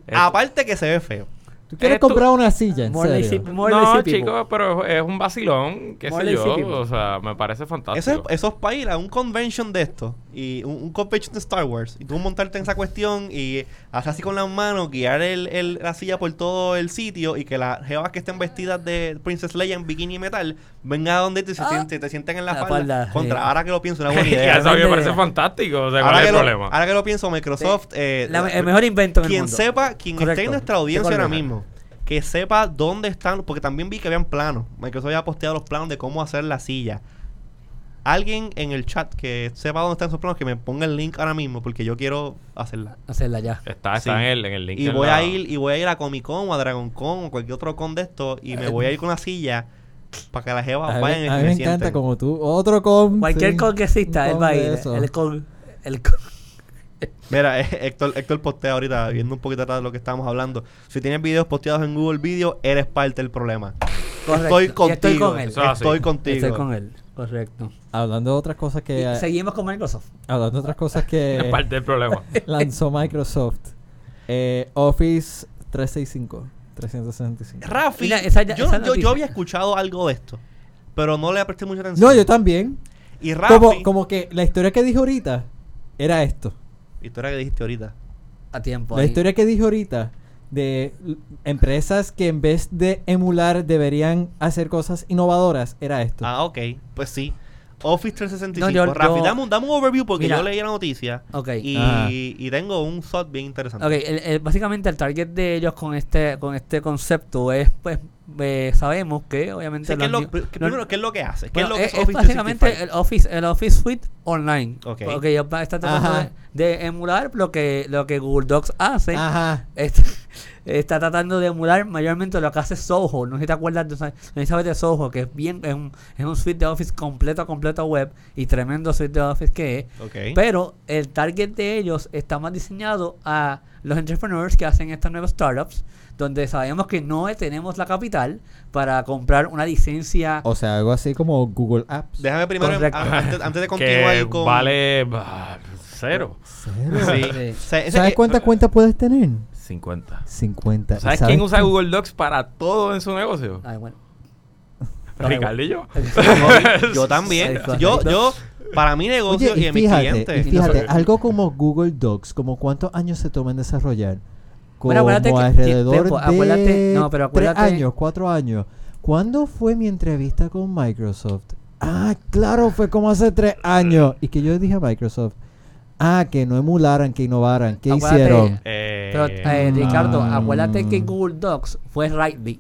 S2: Es-
S1: Aparte que se ve feo.
S4: ¿Tú quieres
S2: Eh, tú-
S4: comprar una silla? En
S3: More lazy-
S4: serio.
S3: more
S2: no,
S3: lazy people.
S2: chicos, pero es un vacilón, qué
S3: More
S2: sé yo.
S3: lazy people.
S2: O sea, me parece
S1: Eso, es,
S2: fantástico.
S1: eso es para ir a un convention de esto, y un, un convention de Star Wars, y tú montarte en esa cuestión y hacer así con las manos, guiar el, el- la silla por todo el sitio y que las jevas que estén vestidas de Princess Leia en bikini y metal vengan a donde te, se
S3: Ah.
S1: sienten, te sienten en la,
S3: La
S1: espalda.
S3: espalda,
S1: Contra,
S3: sí.
S1: ahora que lo pienso, una buena
S2: Y
S1: idea.
S2: eso a mí me
S3: Grande
S2: parece
S3: idea.
S2: fantástico. O sea, ¿cuál
S1: ahora,
S2: es
S1: que
S2: el
S1: lo,
S2: problema?
S1: ahora que lo pienso, Microsoft... eh,
S3: La-
S1: la-
S3: el mejor invento en el
S1: quien
S3: mundo.
S1: sepa, quien esté en
S3: Correcto.
S1: nuestra audiencia
S3: Estoy con
S1: ahora
S3: Leonardo.
S1: mismo, que sepa dónde están, porque también vi que habían planos. Microsoft había posteado los planos de cómo hacer la silla. alguien en el chat que sepa dónde están esos planos que me ponga el link ahora mismo porque yo quiero hacerla.
S3: Hacerla ya.
S2: Está, está
S1: Sí.
S2: en, el, en el link.
S1: Y
S2: en
S1: voy
S2: la-
S1: a ir y voy a ir a Comic Con o a Dragon Con o cualquier otro con de esto y me voy a ir con la silla para que las
S4: A
S1: jevas
S4: mí,
S1: vayan y
S4: a mí
S1: me
S4: me
S1: sienten.
S4: encanta como tú. Otro con.
S3: Cualquier
S4: sí.
S3: congresista,
S4: Un
S3: él
S4: con
S3: va a
S4: de
S3: ir.
S4: eso.
S3: El con, el con-
S1: Mira, eh, Héctor, Héctor postea ahorita, viendo un poquito atrás de lo que estábamos hablando. Si tienes videos posteados en Google Video, eres parte del problema.
S3: correcto.
S1: Estoy
S3: Y
S1: contigo.
S3: Estoy con él.
S2: Eso es así.
S1: Estoy contigo.
S3: Estoy con él. Correcto.
S4: Hablando de otras cosas que.
S3: Y seguimos con Microsoft.
S4: Hablando de otras cosas que.
S2: Es
S1: eh,
S2: parte del problema.
S1: este
S4: lanzó Microsoft eh, Office 365. 365.
S1: Rafi,
S3: Mira, esa ya-
S1: yo,
S3: esa
S1: yo- yo
S3: noticia.
S1: había escuchado algo de esto, pero no le presté mucha atención.
S4: No, yo también.
S1: Y Rafi,
S4: Como, como que la historia que dije ahorita era esto.
S1: historia que dijiste ahorita.
S3: A tiempo.
S4: La
S3: ahí.
S4: historia que dije ahorita de l- empresas que en vez de emular deberían hacer cosas innovadoras era esto.
S1: Ah, ok, pues sí. Office 365.
S3: No, yo-
S1: Rafi,
S3: yo-
S1: dame, un- dame un overview porque
S3: Mira.
S1: yo leí la noticia
S3: Ok.
S1: y,
S4: Ah.
S1: y tengo un shot bien interesante.
S3: Ok, el- el- básicamente el target de ellos con este con este concepto es, pues, eh, sabemos que
S1: Sí,
S3: obviamente...
S1: ¿qué es
S3: los
S1: lo-
S3: ni-
S1: pr-
S3: los-
S1: primero, ¿qué es lo que hace? ¿Qué es
S3: bueno,
S1: lo que
S3: es,
S1: es,
S3: es
S1: Office
S3: básicamente
S1: 365?
S3: el Office, el Office Suite online.
S1: Ok.
S3: Porque ellos va- están tratando
S4: Ajá.
S3: de, de emular lo que, lo que Google Docs hace.
S4: Ajá.
S3: Está, está tratando de emular mayormente lo que hace Soho. No sé si te acuerdas, de- no sé si sabes de Soho, que es bien es un, es un suite de Office completo, completo web y tremendo suite de Office que es.
S1: Ok.
S3: Pero el target de ellos está más diseñado a los entrepreneurs que hacen estas nuevas startups, donde sabemos que no tenemos la capital para comprar una licencia.
S4: O sea, algo así como Google Apps.
S1: Déjame primero,
S3: Correcto.
S1: a- antes, antes de
S2: que
S1: continuar con...
S2: vale bah, cero.
S4: Cero.
S1: Sí. O sea, ese-
S4: ¿Sabes
S1: eh,
S4: cuántas cuentas puedes tener?
S2: 50.
S4: 50.
S2: ¿Sabes quién usa Google Docs para todo en su negocio?
S1: Ah,
S3: Ay, Ah, bueno.
S2: Ricardo y yo.
S1: No, yo también.
S3: Exacto.
S1: Yo, yo, para mi negocio
S4: Oye,
S1: y
S4: y
S1: a mis
S4: fíjate, y
S1: clientes.
S4: fíjate,
S3: Nosotros-
S4: algo como Google Docs, como cuántos años se toma en desarrollar, como
S3: Bueno, acuérdate que-
S4: alrededor
S3: tiempo, acuérdate-
S4: de
S3: no, pero
S4: tres
S3: acuérdate-
S4: años, cuatro años. ¿Cuándo fue mi entrevista con Microsoft? Ah, claro, fue como hace tres años. Y que yo le dije a Microsoft, ah, que no emularan, que innovaran, que
S3: Acuérdate-
S4: hicieron.
S2: Eh,
S3: Pero, eh, Ricardo,
S4: ah.
S3: acuérdate que Google Docs fue Rightly,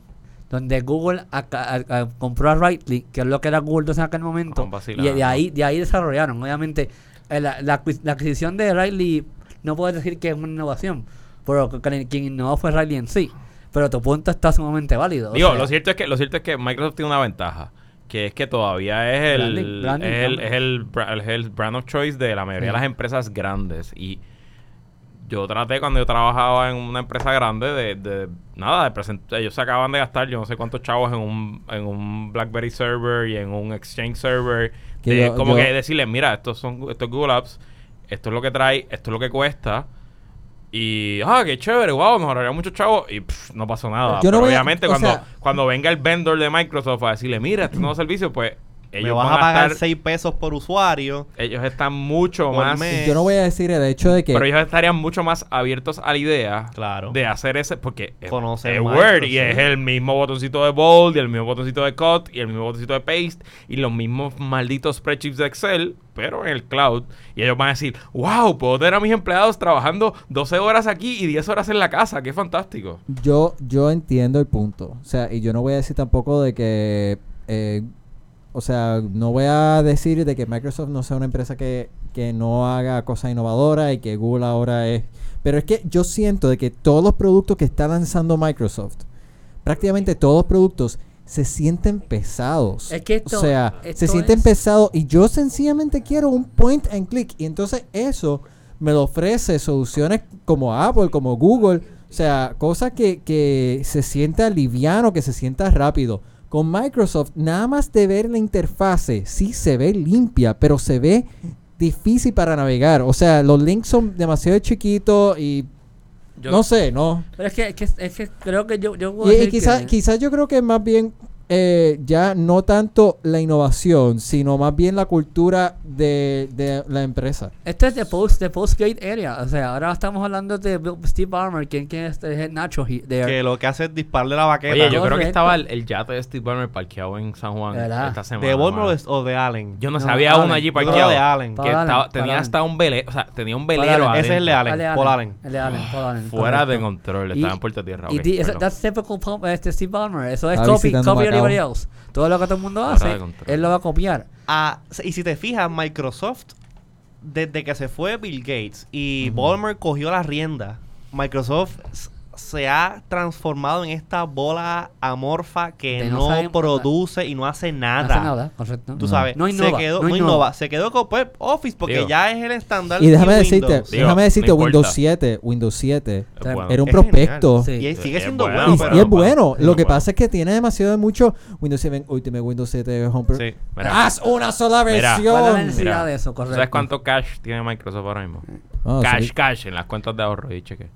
S3: donde Google aca- a- a- compró a Rightly, que es lo que era Google Docs en aquel momento,
S2: Con vacilada,
S3: y de
S2: ¿no?
S3: ahí, de ahí desarrollaron. Obviamente, eh, la, la acquis- la adquisición de Rightly no puedo decir que es una innovación, pero que- que quien innovó fue Rightly en sí. Pero tu punto está sumamente válido. o
S2: Digo,
S3: sea,
S2: lo cierto es que lo cierto es que Microsoft tiene una ventaja, que es que todavía es el
S3: Branding, branding,
S2: es el,
S3: branding.
S2: es el bra- es el brand of choice de la mayoría
S3: Sí.
S2: de las empresas grandes y yo traté cuando yo trabajaba en una empresa grande de, de- nada, de presentar, ellos se acaban de gastar yo no sé cuántos chavos en un, en un BlackBerry server y en un Exchange server,
S4: Que
S2: de
S4: yo-
S2: como
S4: yo-
S2: que decirles, mira, estos son estos Google Apps, esto es lo que trae, esto es lo que cuesta. Y, ah, qué chévere, wow, mejoraría mucho, chavo. Y pff, no pasó nada.
S4: Yo no
S2: Pero
S4: voy a-
S2: obviamente,
S4: o
S2: cuando,
S4: sea-
S2: cuando venga el vendor de Microsoft a decirle, mira, este nuevo servicio, pues
S1: Me
S2: ellos
S1: vas
S2: van
S1: a
S2: a,
S1: pagar
S2: estar.
S1: 6 pesos por usuario.
S2: Ellos están mucho
S1: por
S2: más.
S1: mes.
S4: Yo no voy a decir el hecho de que...
S2: Pero ellos estarían mucho más abiertos a la idea
S1: Claro.
S2: de hacer ese. Porque es,
S1: Conocer
S2: es
S1: Microsoft.
S2: Word y es el mismo botoncito de Bold y el mismo botoncito de Cut y el mismo botoncito de Paste y los mismos malditos spreadsheets de Excel, pero en el cloud. Y ellos van a decir: wow, puedo tener a mis empleados trabajando 12 horas aquí y 10 horas en la casa. ¡Qué fantástico!
S4: Yo, yo entiendo el punto. O sea, y yo no voy a decir tampoco de que. eh, o sea, no voy a decir de que Microsoft no sea una empresa que, que no haga cosas innovadoras y que Google ahora es. Pero es que yo siento de que todos los productos que está lanzando Microsoft, prácticamente todos los productos, se sienten pesados.
S3: Es que esto-
S4: o sea,
S3: esto
S4: se sienten
S3: es-
S4: pesados y yo sencillamente quiero un point and click. Y entonces eso me lo ofrece soluciones como Apple, como Google. O sea, cosas que, que se sienta liviano, que se sienta rápido. Con Microsoft, nada más de ver la interfase, sí se ve limpia, pero se ve difícil para navegar. O sea, los links son demasiado chiquitos y
S2: Yo-
S4: no sé, no.
S3: Pero es que, es que, es que creo que yo... yo puedo
S4: Y,
S3: decir
S4: quizás
S3: que-
S4: quizás yo creo que más bien eh, ya no tanto la innovación, sino más bien la cultura de, de la empresa.
S3: Este es de Post, de Postgate Area. O sea, ahora estamos hablando de Bill- Steve Ballmer, quien, quien es, es Nacho. he- de-
S1: Que lo que hace es dispararle la baqueta.
S2: Oye, yo
S3: Correcto.
S2: creo que estaba el, el yate de Steve Ballmer parqueado en San Juan
S3: ¿Verdad?
S2: esta semana.
S1: ¿De Balmer
S2: mano.
S1: o de- o de Allen?
S2: Yo no,
S3: No,
S2: sabía
S3: Allen.
S2: uno allí
S1: Yo creo
S2: parqueado.
S1: de Allen.
S2: Que
S3: Para Allen,
S2: estaba-
S3: para
S2: tenía
S3: Allen.
S2: hasta un velero, o sea, tenía un
S3: Para
S2: velero
S1: Allen. Ese es el de
S2: adentro.
S1: Allen. Paul Allen.
S3: El de Allen, Paul Allen.
S2: Fuera de
S3: correcto.
S2: control,
S3: Y-
S2: estaba en puerta de tierra.
S3: Y
S2: ok,
S3: di- esa-
S2: perdón.
S3: that's typical pump, este Steve Ballmer. Eso es
S4: Está
S3: copy,
S4: visitando
S3: copy
S4: Macao.
S3: anybody else. Todo lo que todo el mundo
S2: Fuera
S3: hace,
S2: de control.
S3: él lo va a copiar.
S1: Ah, y si te fijas, Microsoft, desde que se fue Bill Gates y Ballmer cogió la rienda, Microsoft s- se ha transformado en esta bola amorfa que
S3: De no
S1: no,
S3: sabe-
S1: produce y no hace
S3: No
S1: nada.
S3: hace nada, correcto.
S1: Tú sabes,
S3: no innova.
S1: se quedó,
S3: no
S1: no
S3: innova.
S1: innova, se quedó con pues, Office porque
S2: Digo.
S1: ya es el estándar.
S4: Y déjame
S1: de
S4: decirte,
S1: Windows.
S2: Digo,
S4: déjame
S2: no
S4: decirte,
S2: importa.
S4: Windows 7, Windows 7
S2: Es bueno.
S4: era un
S1: Es genial.
S4: prospecto.
S3: Sí.
S1: Y es- sigue
S2: Es
S1: siendo
S2: bueno,
S1: bueno.
S4: y,
S1: pero-
S4: y es
S2: no,
S4: bueno.
S2: para.
S4: Lo
S2: Sí,
S4: que
S2: bueno.
S4: pasa es que tiene demasiado de mucho Windows 7, Ultimate Windows 7 Home Pro.
S2: Sí, mira.
S4: Haz una sola
S2: Mira.
S3: ¿Cuál es la
S4: versión.
S3: necesidad
S2: Mira,
S3: de eso?
S2: ¿tú
S3: Correcto.
S2: ¿Sabes cuánto cash tiene Microsoft ahora mismo?
S4: Ah,
S2: cash,
S4: sí.
S2: cash en las cuentas de ahorro. Y cheque.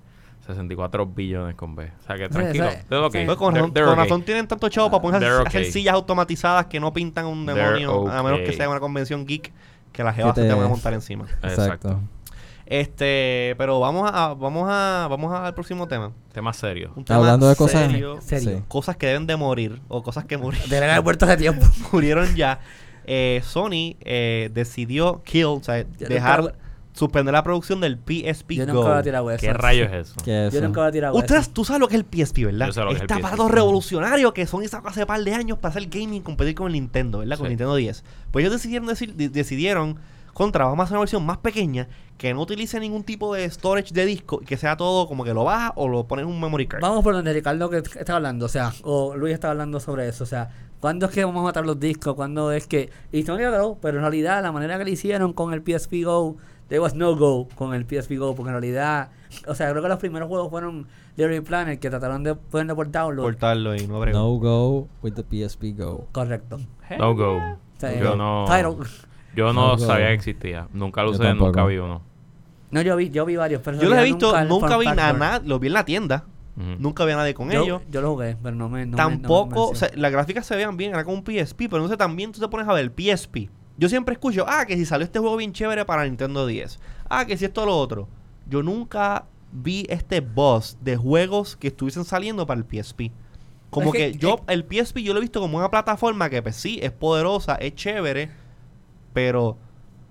S2: 64 billones con B. O sea que
S3: Sí,
S2: tranquilo.
S3: sí.
S2: They're okay.
S3: Sí.
S1: Pues con,
S2: They're-
S1: razón,
S2: they're
S1: con
S2: okay.
S1: razón tienen tanto chavo para poner
S2: They're
S1: esas
S2: okay.
S1: esas sillas automatizadas que no pintan un
S2: They're
S1: demonio, a menos que
S2: okay.
S1: sea una convención geek que la jeva se
S4: Que
S1: te
S4: te-
S1: van a montar encima.
S4: Exacto.
S2: Exacto.
S1: Este, pero vamos a vamos a vamos al próximo tema.
S2: Tema Este serio.
S1: Un tema
S4: Hablando de cosas.
S1: serio,
S3: Serio.
S4: sí.
S1: cosas que deben de morir o cosas que muri-
S3: Deben haber muerto hace tiempo.
S1: murieron ya. Eh, Sony eh, decidió kill, o sea,
S3: Yo
S1: dejar
S3: nunca-
S1: suspender la producción del PSP
S3: Yo nunca
S1: Go.
S3: voy a tirar eso.
S2: ¿Qué rayos es eso?
S4: Que
S3: Yo
S4: eso.
S3: nunca voy a tirar eso.
S1: Ustedes, tú sabes lo que es el PSP, ¿verdad?
S2: Yo sé lo que es el
S1: Este
S2: PSP.
S1: aparato revolucionario que Sony sacó hace par de años para hacer gaming, competir con el Nintendo, ¿verdad? Con
S2: Sí.
S1: el Nintendo 10. Pues ellos decidieron, decir, de- decidieron contra, vamos a hacer una versión más pequeña que no utilice ningún tipo de storage de disco y que sea todo como que lo baja o lo pones en un memory card.
S3: Vamos por donde Ricardo que está hablando, o sea, o Luis está hablando sobre eso, o sea, ¿cuándo es que vamos a matar los discos? ¿Cuándo es que...? Y Sony lo logró, pero en realidad la manera que lo hicieron con el PSP Go, there was no go con el PSP Go, porque en realidad, o sea, creo que los primeros juegos fueron Little Planet, que trataron de ponerlo por download.
S1: Cortarlo y no abre.
S4: No go with the PSP Go.
S3: Correcto.
S2: No go.
S3: O sea,
S2: Yo
S3: eh,
S2: no.
S3: title.
S2: Yo
S4: No
S2: no
S4: go.
S2: sabía que existía. Nunca lo
S4: Yo
S2: usé, nunca
S4: tampoco.
S2: vi uno.
S3: No, yo vi, yo vi varios, pero en
S1: Yo los he
S3: realidad
S1: visto,
S3: el
S1: nunca
S3: form
S1: vi a
S3: factor.
S1: nadie, los vi en la tienda,
S2: Ujú.
S1: nunca vi a nadie con
S3: Yo-
S1: ellos.
S3: Yo lo jugué, pero no me... no me- no me
S1: tampoco, o
S3: convenció.
S1: sea, las gráficas se vean bien, era como un PSP, pero entonces también tú te pones a ver el PSP. Yo siempre escucho, ah, que si salió este juego bien chévere para Nintendo 10. Ah, que si esto o lo otro. Yo nunca vi este buzz de juegos que estuviesen saliendo para el PSP. Como
S3: Es que-
S1: que, yo, el PSP yo lo he visto como una plataforma que pues sí, es poderosa, es chévere, pero... o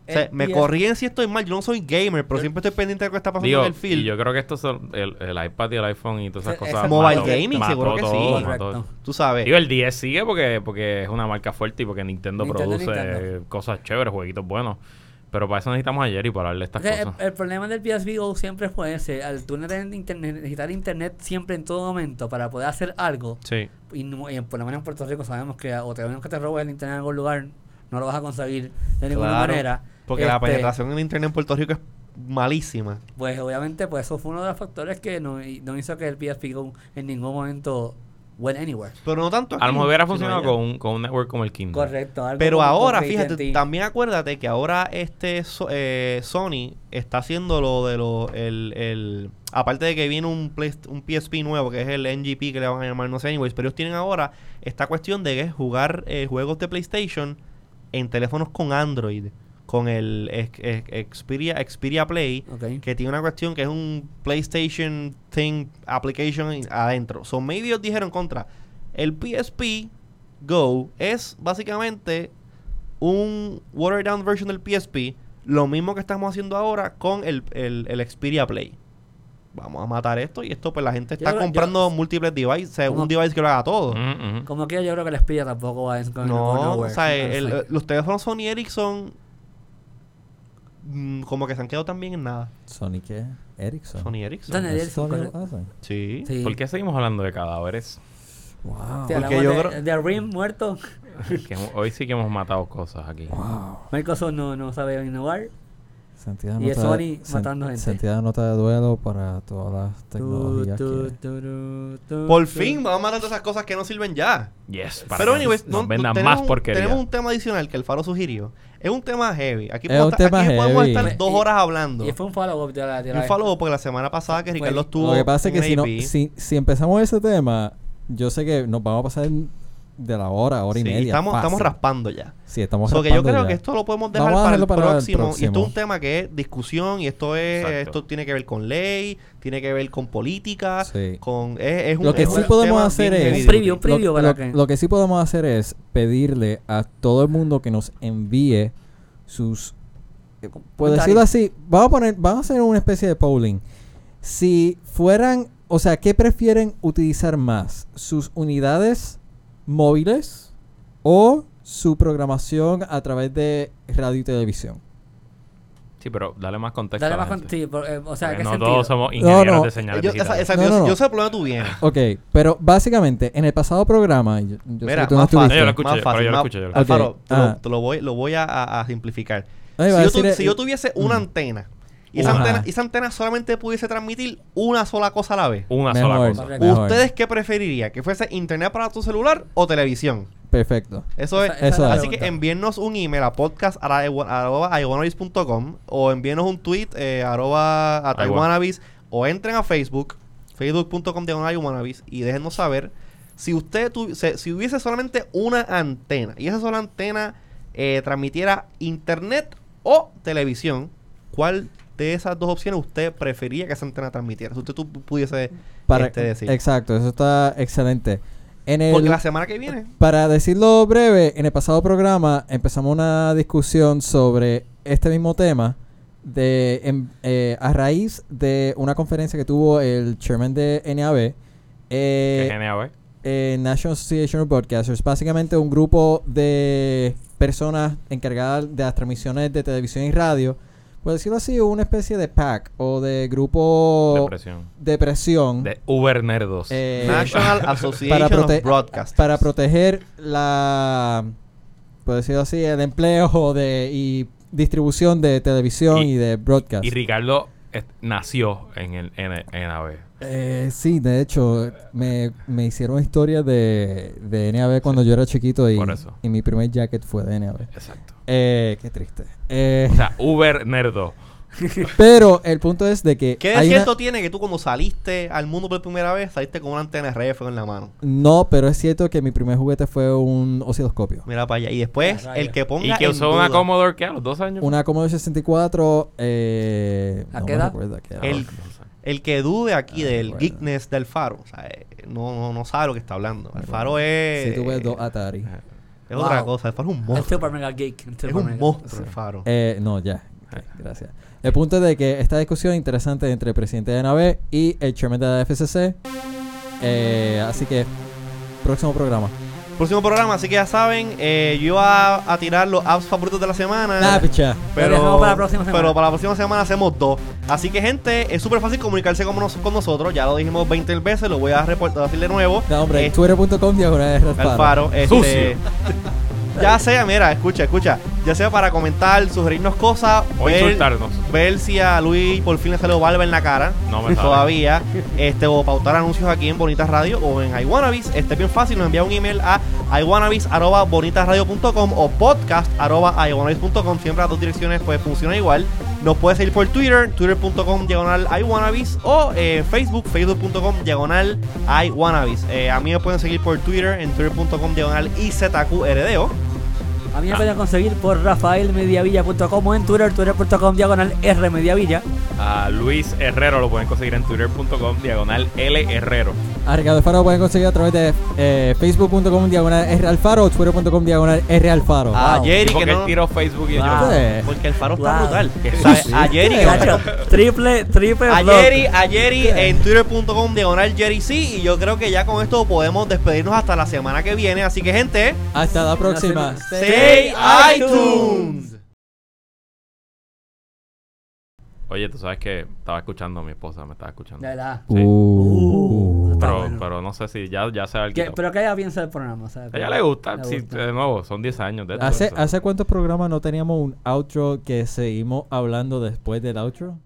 S1: sea,
S3: El
S1: me
S3: PSP
S1: corrían si estoy mal, yo no soy gamer, pero siempre estoy pendiente de lo que está pasando
S2: Digo,
S1: en el
S2: y
S1: field.
S2: yo creo que esto son el, el iPad y el iPhone y todas esas
S3: Eh,
S2: cosas.
S3: exacto.
S1: Mobile
S2: mató-
S1: gaming,
S2: mató
S1: seguro que sí.
S2: todo, mató
S3: Correcto.
S2: todo.
S1: tú sabes.
S2: Digo, el 10 sigue porque, porque es una marca fuerte y porque Nintendo,
S3: Nintendo,
S2: produce
S3: Nintendo.
S2: cosas chéveres, jueguitos buenos. Pero para eso necesitamos ayer y para darle estas
S3: Es que
S2: cosas.
S3: el, el problema del PSV Go siempre fue ese. Al tú no tener internet, necesitar internet siempre en todo momento para poder hacer algo.
S1: sí.
S3: Y, no- y por lo menos en Puerto Rico sabemos que o te menos que te robes el internet en algún lugar, no lo vas a conseguir de ninguna
S1: Claro,
S3: manera.
S1: Porque la
S3: Este,
S1: penetración en internet en Puerto Rico es malísima.
S3: Pues obviamente pues eso fue uno de los factores que no, y- no hizo que el PSV Go en ningún momento went anywhere.
S1: Pero no tanto.
S2: a lo
S1: aquí,
S2: mejor hubiera
S1: sino
S2: funcionado
S1: allá.
S2: con un, con un network como el Kindle.
S3: Correcto. algo
S1: Mm. Pero
S3: como-
S1: ahora,
S3: como
S1: fíjate,
S3: AT&T.
S1: también acuérdate que ahora este so- eh, Sony está haciendo lo de lo. El, el- aparte de que viene un, Play- un PSP nuevo, que es el NGP que le van a llamar, no sé, anyways. Pero ellos tienen ahora esta cuestión de que jugar eh, juegos de PlayStation en teléfonos con Android, con el ex- ex- Xperia, Xperia Play.
S3: Ok.
S1: que tiene una cuestión que es un PlayStation Thing Application adentro. So maybe ellos dijeron contra. El PSP Go es básicamente un watered down version del PSP. Lo mismo que estamos haciendo ahora con el, el, el Xperia Play. Vamos a matar esto y esto pues la gente está
S3: Yo- yo-
S1: comprando múltiples devices, o sea,
S3: Como-
S1: un device que lo haga todo.
S2: Ujú, ujú.
S3: Como que yo creo que la espía tampoco va a go
S1: No, o
S3: nowhere.
S1: sea, el-
S3: Perfecto.
S1: los teléfonos Sony Ericsson mm, como que se han quedado también en nada.
S4: Sony qué? Ericsson.
S1: Sony Ericsson.
S3: Sony-
S4: ¿Es Sony Ah,
S3: Ericsson,
S4: lo hacen?
S1: Sí.
S3: Sí.
S2: ¿Por qué seguimos hablando de cadáveres?
S4: Wow.
S3: Sí,
S1: Porque
S3: hablamos
S1: yo
S3: de,
S1: creo-
S3: de Rim muerto.
S2: Que hemos- hoy sí que hemos matado cosas aquí.
S3: Microsoft no, no sabe innovar.
S4: Sentida
S3: Y es
S4: nota-
S3: Sony
S4: sen-
S3: matando gente.
S4: Sentida nota de duelo para todas las tecnologías
S3: Tu,
S4: que-
S3: tu, tu, tu,
S1: Por
S3: tu.
S1: fin vamos a matar todas esas cosas que no sirven ya.
S2: Yes.
S1: Pero,
S2: que
S1: anyways,
S2: nos
S1: no-
S2: vendan
S1: tenemos,
S2: más
S1: un-
S2: porquería.
S1: tenemos un tema adicional que el Faro sugirió. Es un tema heavy. Aquí,
S4: Es
S1: podemos,
S4: un
S1: estar-
S4: tema
S1: aquí podemos
S4: heavy.
S1: estar dos
S3: Y-
S1: horas hablando.
S3: Y fue un follow-up de la... De
S1: Y
S3: la
S1: un follow porque la semana pasada que
S3: Pues,
S1: Ricardo estuvo.
S4: Lo que pasa es
S1: en
S4: que si, no,
S1: AP.
S4: si, si empezamos ese tema, yo sé que nos vamos a pasar de la hora, hora y
S1: Sí,
S4: media.
S1: estamos, estamos
S4: fácil.
S1: raspando ya.
S4: Sí, estamos
S1: So que yo
S4: raspando
S1: creo
S4: ya.
S1: que esto lo podemos dejar
S4: Vamos a
S1: para el,
S4: dejarlo para el
S1: próximo. Y esto es un
S4: próximo.
S1: tema que es discusión y esto es
S2: Exacto.
S1: esto tiene que ver con ley, tiene que ver con política,
S4: Sí.
S1: con es, es un
S4: Lo que
S1: es
S4: sí
S1: un
S4: podemos
S1: tema
S4: hacer
S1: bien heavy
S4: es-
S3: Un preview,
S1: duty.
S3: un preview
S4: lo,
S3: para
S4: lo-
S3: que-
S4: lo que sí podemos hacer es pedirle a todo el mundo que nos envíe sus eh, puedo decirlo así vamos a poner vamos a hacer una especie de polling si fueran o sea qué prefieren utilizar más sus unidades móviles o su programación a través de radio y televisión.
S2: Sí, pero dale más contexto.
S3: Dale
S2: a la
S3: más con
S2: gente.
S3: sí, por- eh, o sea,
S2: Porque
S3: ¿qué
S2: no
S3: sentido?
S2: todos somos ingenieros
S4: No, no.
S2: de señales
S1: Yo, esa,
S2: digitales.
S1: esa-
S4: No,
S1: yo-
S4: no, no.
S1: yo sé el problema tú vienes.
S4: Ok, pero básicamente en el pasado programa, yo, yo sé
S1: Mira,
S4: que tú no
S1: más fácil.
S4: estuviste.
S2: No, yo lo escuché,
S1: más
S2: pero
S1: fácil,
S2: yo lo
S1: más-
S2: escuché, yo lo
S4: escuché.
S1: Alfaro,
S4: Ok,
S1: te lo-
S4: ah.
S1: te lo voy, lo voy a, a- a simplificar.
S4: Ay,
S1: Si
S4: va a
S1: yo, tu-
S4: decir,
S1: si
S4: eh,
S1: yo tuviese una antena y esa
S4: Ajá.
S1: antena, y esa antena solamente pudiese transmitir una sola cosa a la vez,
S2: Una
S4: Mejor,
S2: sola cosa.
S3: Mejor. Eh,
S1: ¿ustedes qué preferirían? ¿Que fuese internet para tu celular o televisión?
S4: Perfecto.
S1: Eso es.
S3: Esa- esa es
S4: eso
S3: la
S4: es.
S1: Así que
S3: pregunta.
S1: envíennos un email a podcast ara- arroba iwannabis.com o envíenos un tweet eh, arroba a
S2: Iwan.
S1: Taiwanabis o entren a Facebook, facebook.com de Iwanabis y déjennos saber si usted tu- se- si hubiese solamente una antena y esa sola antena eh, transmitiera internet o televisión, ¿cuál de esas dos opciones usted prefería que esa antena transmitiera? Si usted tú pudiese
S4: Para,
S1: este, decir.
S4: Exacto, eso está excelente. En el,
S1: Porque la semana que viene
S4: Para decirlo breve, en el pasado programa empezamos una discusión sobre este mismo tema de en- eh, a raíz de una conferencia que tuvo el chairman de NAB,
S2: Que
S4: eh,
S2: genial, ¿eh?
S4: eh, National Association of Broadcasters, básicamente un grupo de personas encargadas de las transmisiones de televisión y radio, por decirlo así, una especie de pack o de grupo
S2: Depresión.
S4: de presión
S2: De Uber Nerdos.
S4: eh,
S1: National Association
S4: para prote-
S1: of Broadcasters.
S4: para proteger la por decirlo así el empleo de y distribución de televisión y,
S2: Y-
S4: de broadcast
S2: y Ricardo es- nació en el en, el- en AB.
S4: Eh, sí de hecho me, me hicieron historia de, de NAB cuando yo era chiquito y,
S2: por eso.
S4: y mi primer jacket fue de NAB
S2: Exacto.
S4: Eh, qué triste Eh,
S2: O sea, Uber Nerdo.
S4: pero el punto es de que
S1: ¿Qué de
S4: hay una-
S1: cierto tiene que tú cuando saliste al mundo por primera vez saliste con una antena RF en la mano?
S4: no pero es cierto que mi primer juguete fue un osciloscopio
S1: Mira para allá. Y después,
S3: Ah, rayos.
S1: el que ponga.
S2: Y que
S1: en
S2: usó una
S1: duda
S2: Commodore que a los dos años.
S4: una Commodore 64 eh,
S3: ¿A
S4: no
S3: qué
S4: me
S3: edad?
S4: recuerdo a qué edad.
S1: El- El que dude aquí
S4: Ah,
S1: del
S4: bueno.
S1: geekness del faro, o sea, eh, no, no, no sabe lo que está hablando. El faro es.
S4: Sí, tuve dos ah, Atari.
S1: es otra
S3: Wow. Este
S1: cosa. El faro es un
S3: El
S1: monstruo.
S3: super mega geek. el
S1: Es
S3: super
S1: un
S3: mega.
S1: monstruo el faro.
S4: Eh, no, ya. Ok, Gracias. El punto es de que esta discusión interesante entre el presidente de NAB y el chairman de la FCC. Eh, así que, próximo programa.
S1: Próximo programa, así que ya saben, eh, yo iba a tirar los apps favoritos de la semana.
S4: La picha.
S1: Pero,
S3: Lo dejamos para la próxima semana.
S1: pero para la próxima semana hacemos dos. Así que, gente, es súper fácil comunicarse con, nos- con nosotros. Ya lo dijimos 20 veces, lo voy a reportar, decir de nuevo.
S4: No, hombre,
S1: Este,
S4: twitter.com diagonal Red Faro.
S1: Alfaro. Este,
S2: Sucio.
S1: Ya sea, mira, escucha, escucha. Ya sea para comentar, sugerirnos cosas,
S2: O
S1: ver,
S2: insultarnos.
S1: ver si a Luis por fin le salió barba en la cara.
S2: No me sale.
S1: Todavía. Este, o pautar anuncios aquí en Bonitas Radio o en iWannabis. Este es bien fácil. Nos envía un email a iWannabis.bonitasradio.com o podcast arroba iwannabis.com. Siempre las dos direcciones pues funciona igual. Nos puedes seguir por Twitter, twitter.com diagonal iWannabis o eh, Facebook, facebook.com diagonal iWannabis. Eh, a mí me pueden seguir por Twitter en twitter.com diagonal izqrdo.
S3: A mí me pueden conseguir por rafaelmediavilla.com o en Twitter, twitter.com diagonal rmediavilla.
S2: A Luis Herrero lo pueden conseguir en twitter.com diagonal L Herrero.
S4: A Ricardo Alfaro lo pueden conseguir a través de eh, facebook.com diagonal R Alfaro o twitter.com diagonal R Alfaro.
S1: A
S3: Wow.
S1: Jerry, que
S2: Porque él
S1: no.
S2: tiró Facebook y
S3: Wow.
S2: yo.
S4: Eh,
S1: Porque el faro está
S3: Wow.
S1: brutal.
S2: Sí,
S1: ¿Sabes?
S4: sí.
S1: A Jerry, que no se
S3: Gacho, triple, triple
S1: A
S3: blog.
S1: Jerry, a Jerry en twitter.com diagonal Jerry sí. Y yo creo que ya con esto podemos despedirnos hasta la semana que viene. Así que, gente,
S4: Hasta la próxima.
S1: stay iTunes.
S2: Oye, tú sabes que estaba escuchando, mi esposa me estaba escuchando.
S3: De verdad.
S2: Sí.
S3: Uh, está
S2: Pero,
S3: bueno.
S2: pero no sé si ya, ya se ha
S3: Que- pero que ella piensa del programa, ¿sabes?
S2: A ella le gusta, sí,
S3: gusta.
S2: de nuevo, son 10 años de esto,
S4: ¿Hace,
S2: eso.
S4: ¿Hace cuántos programas no teníamos un outro que seguimos hablando después del outro?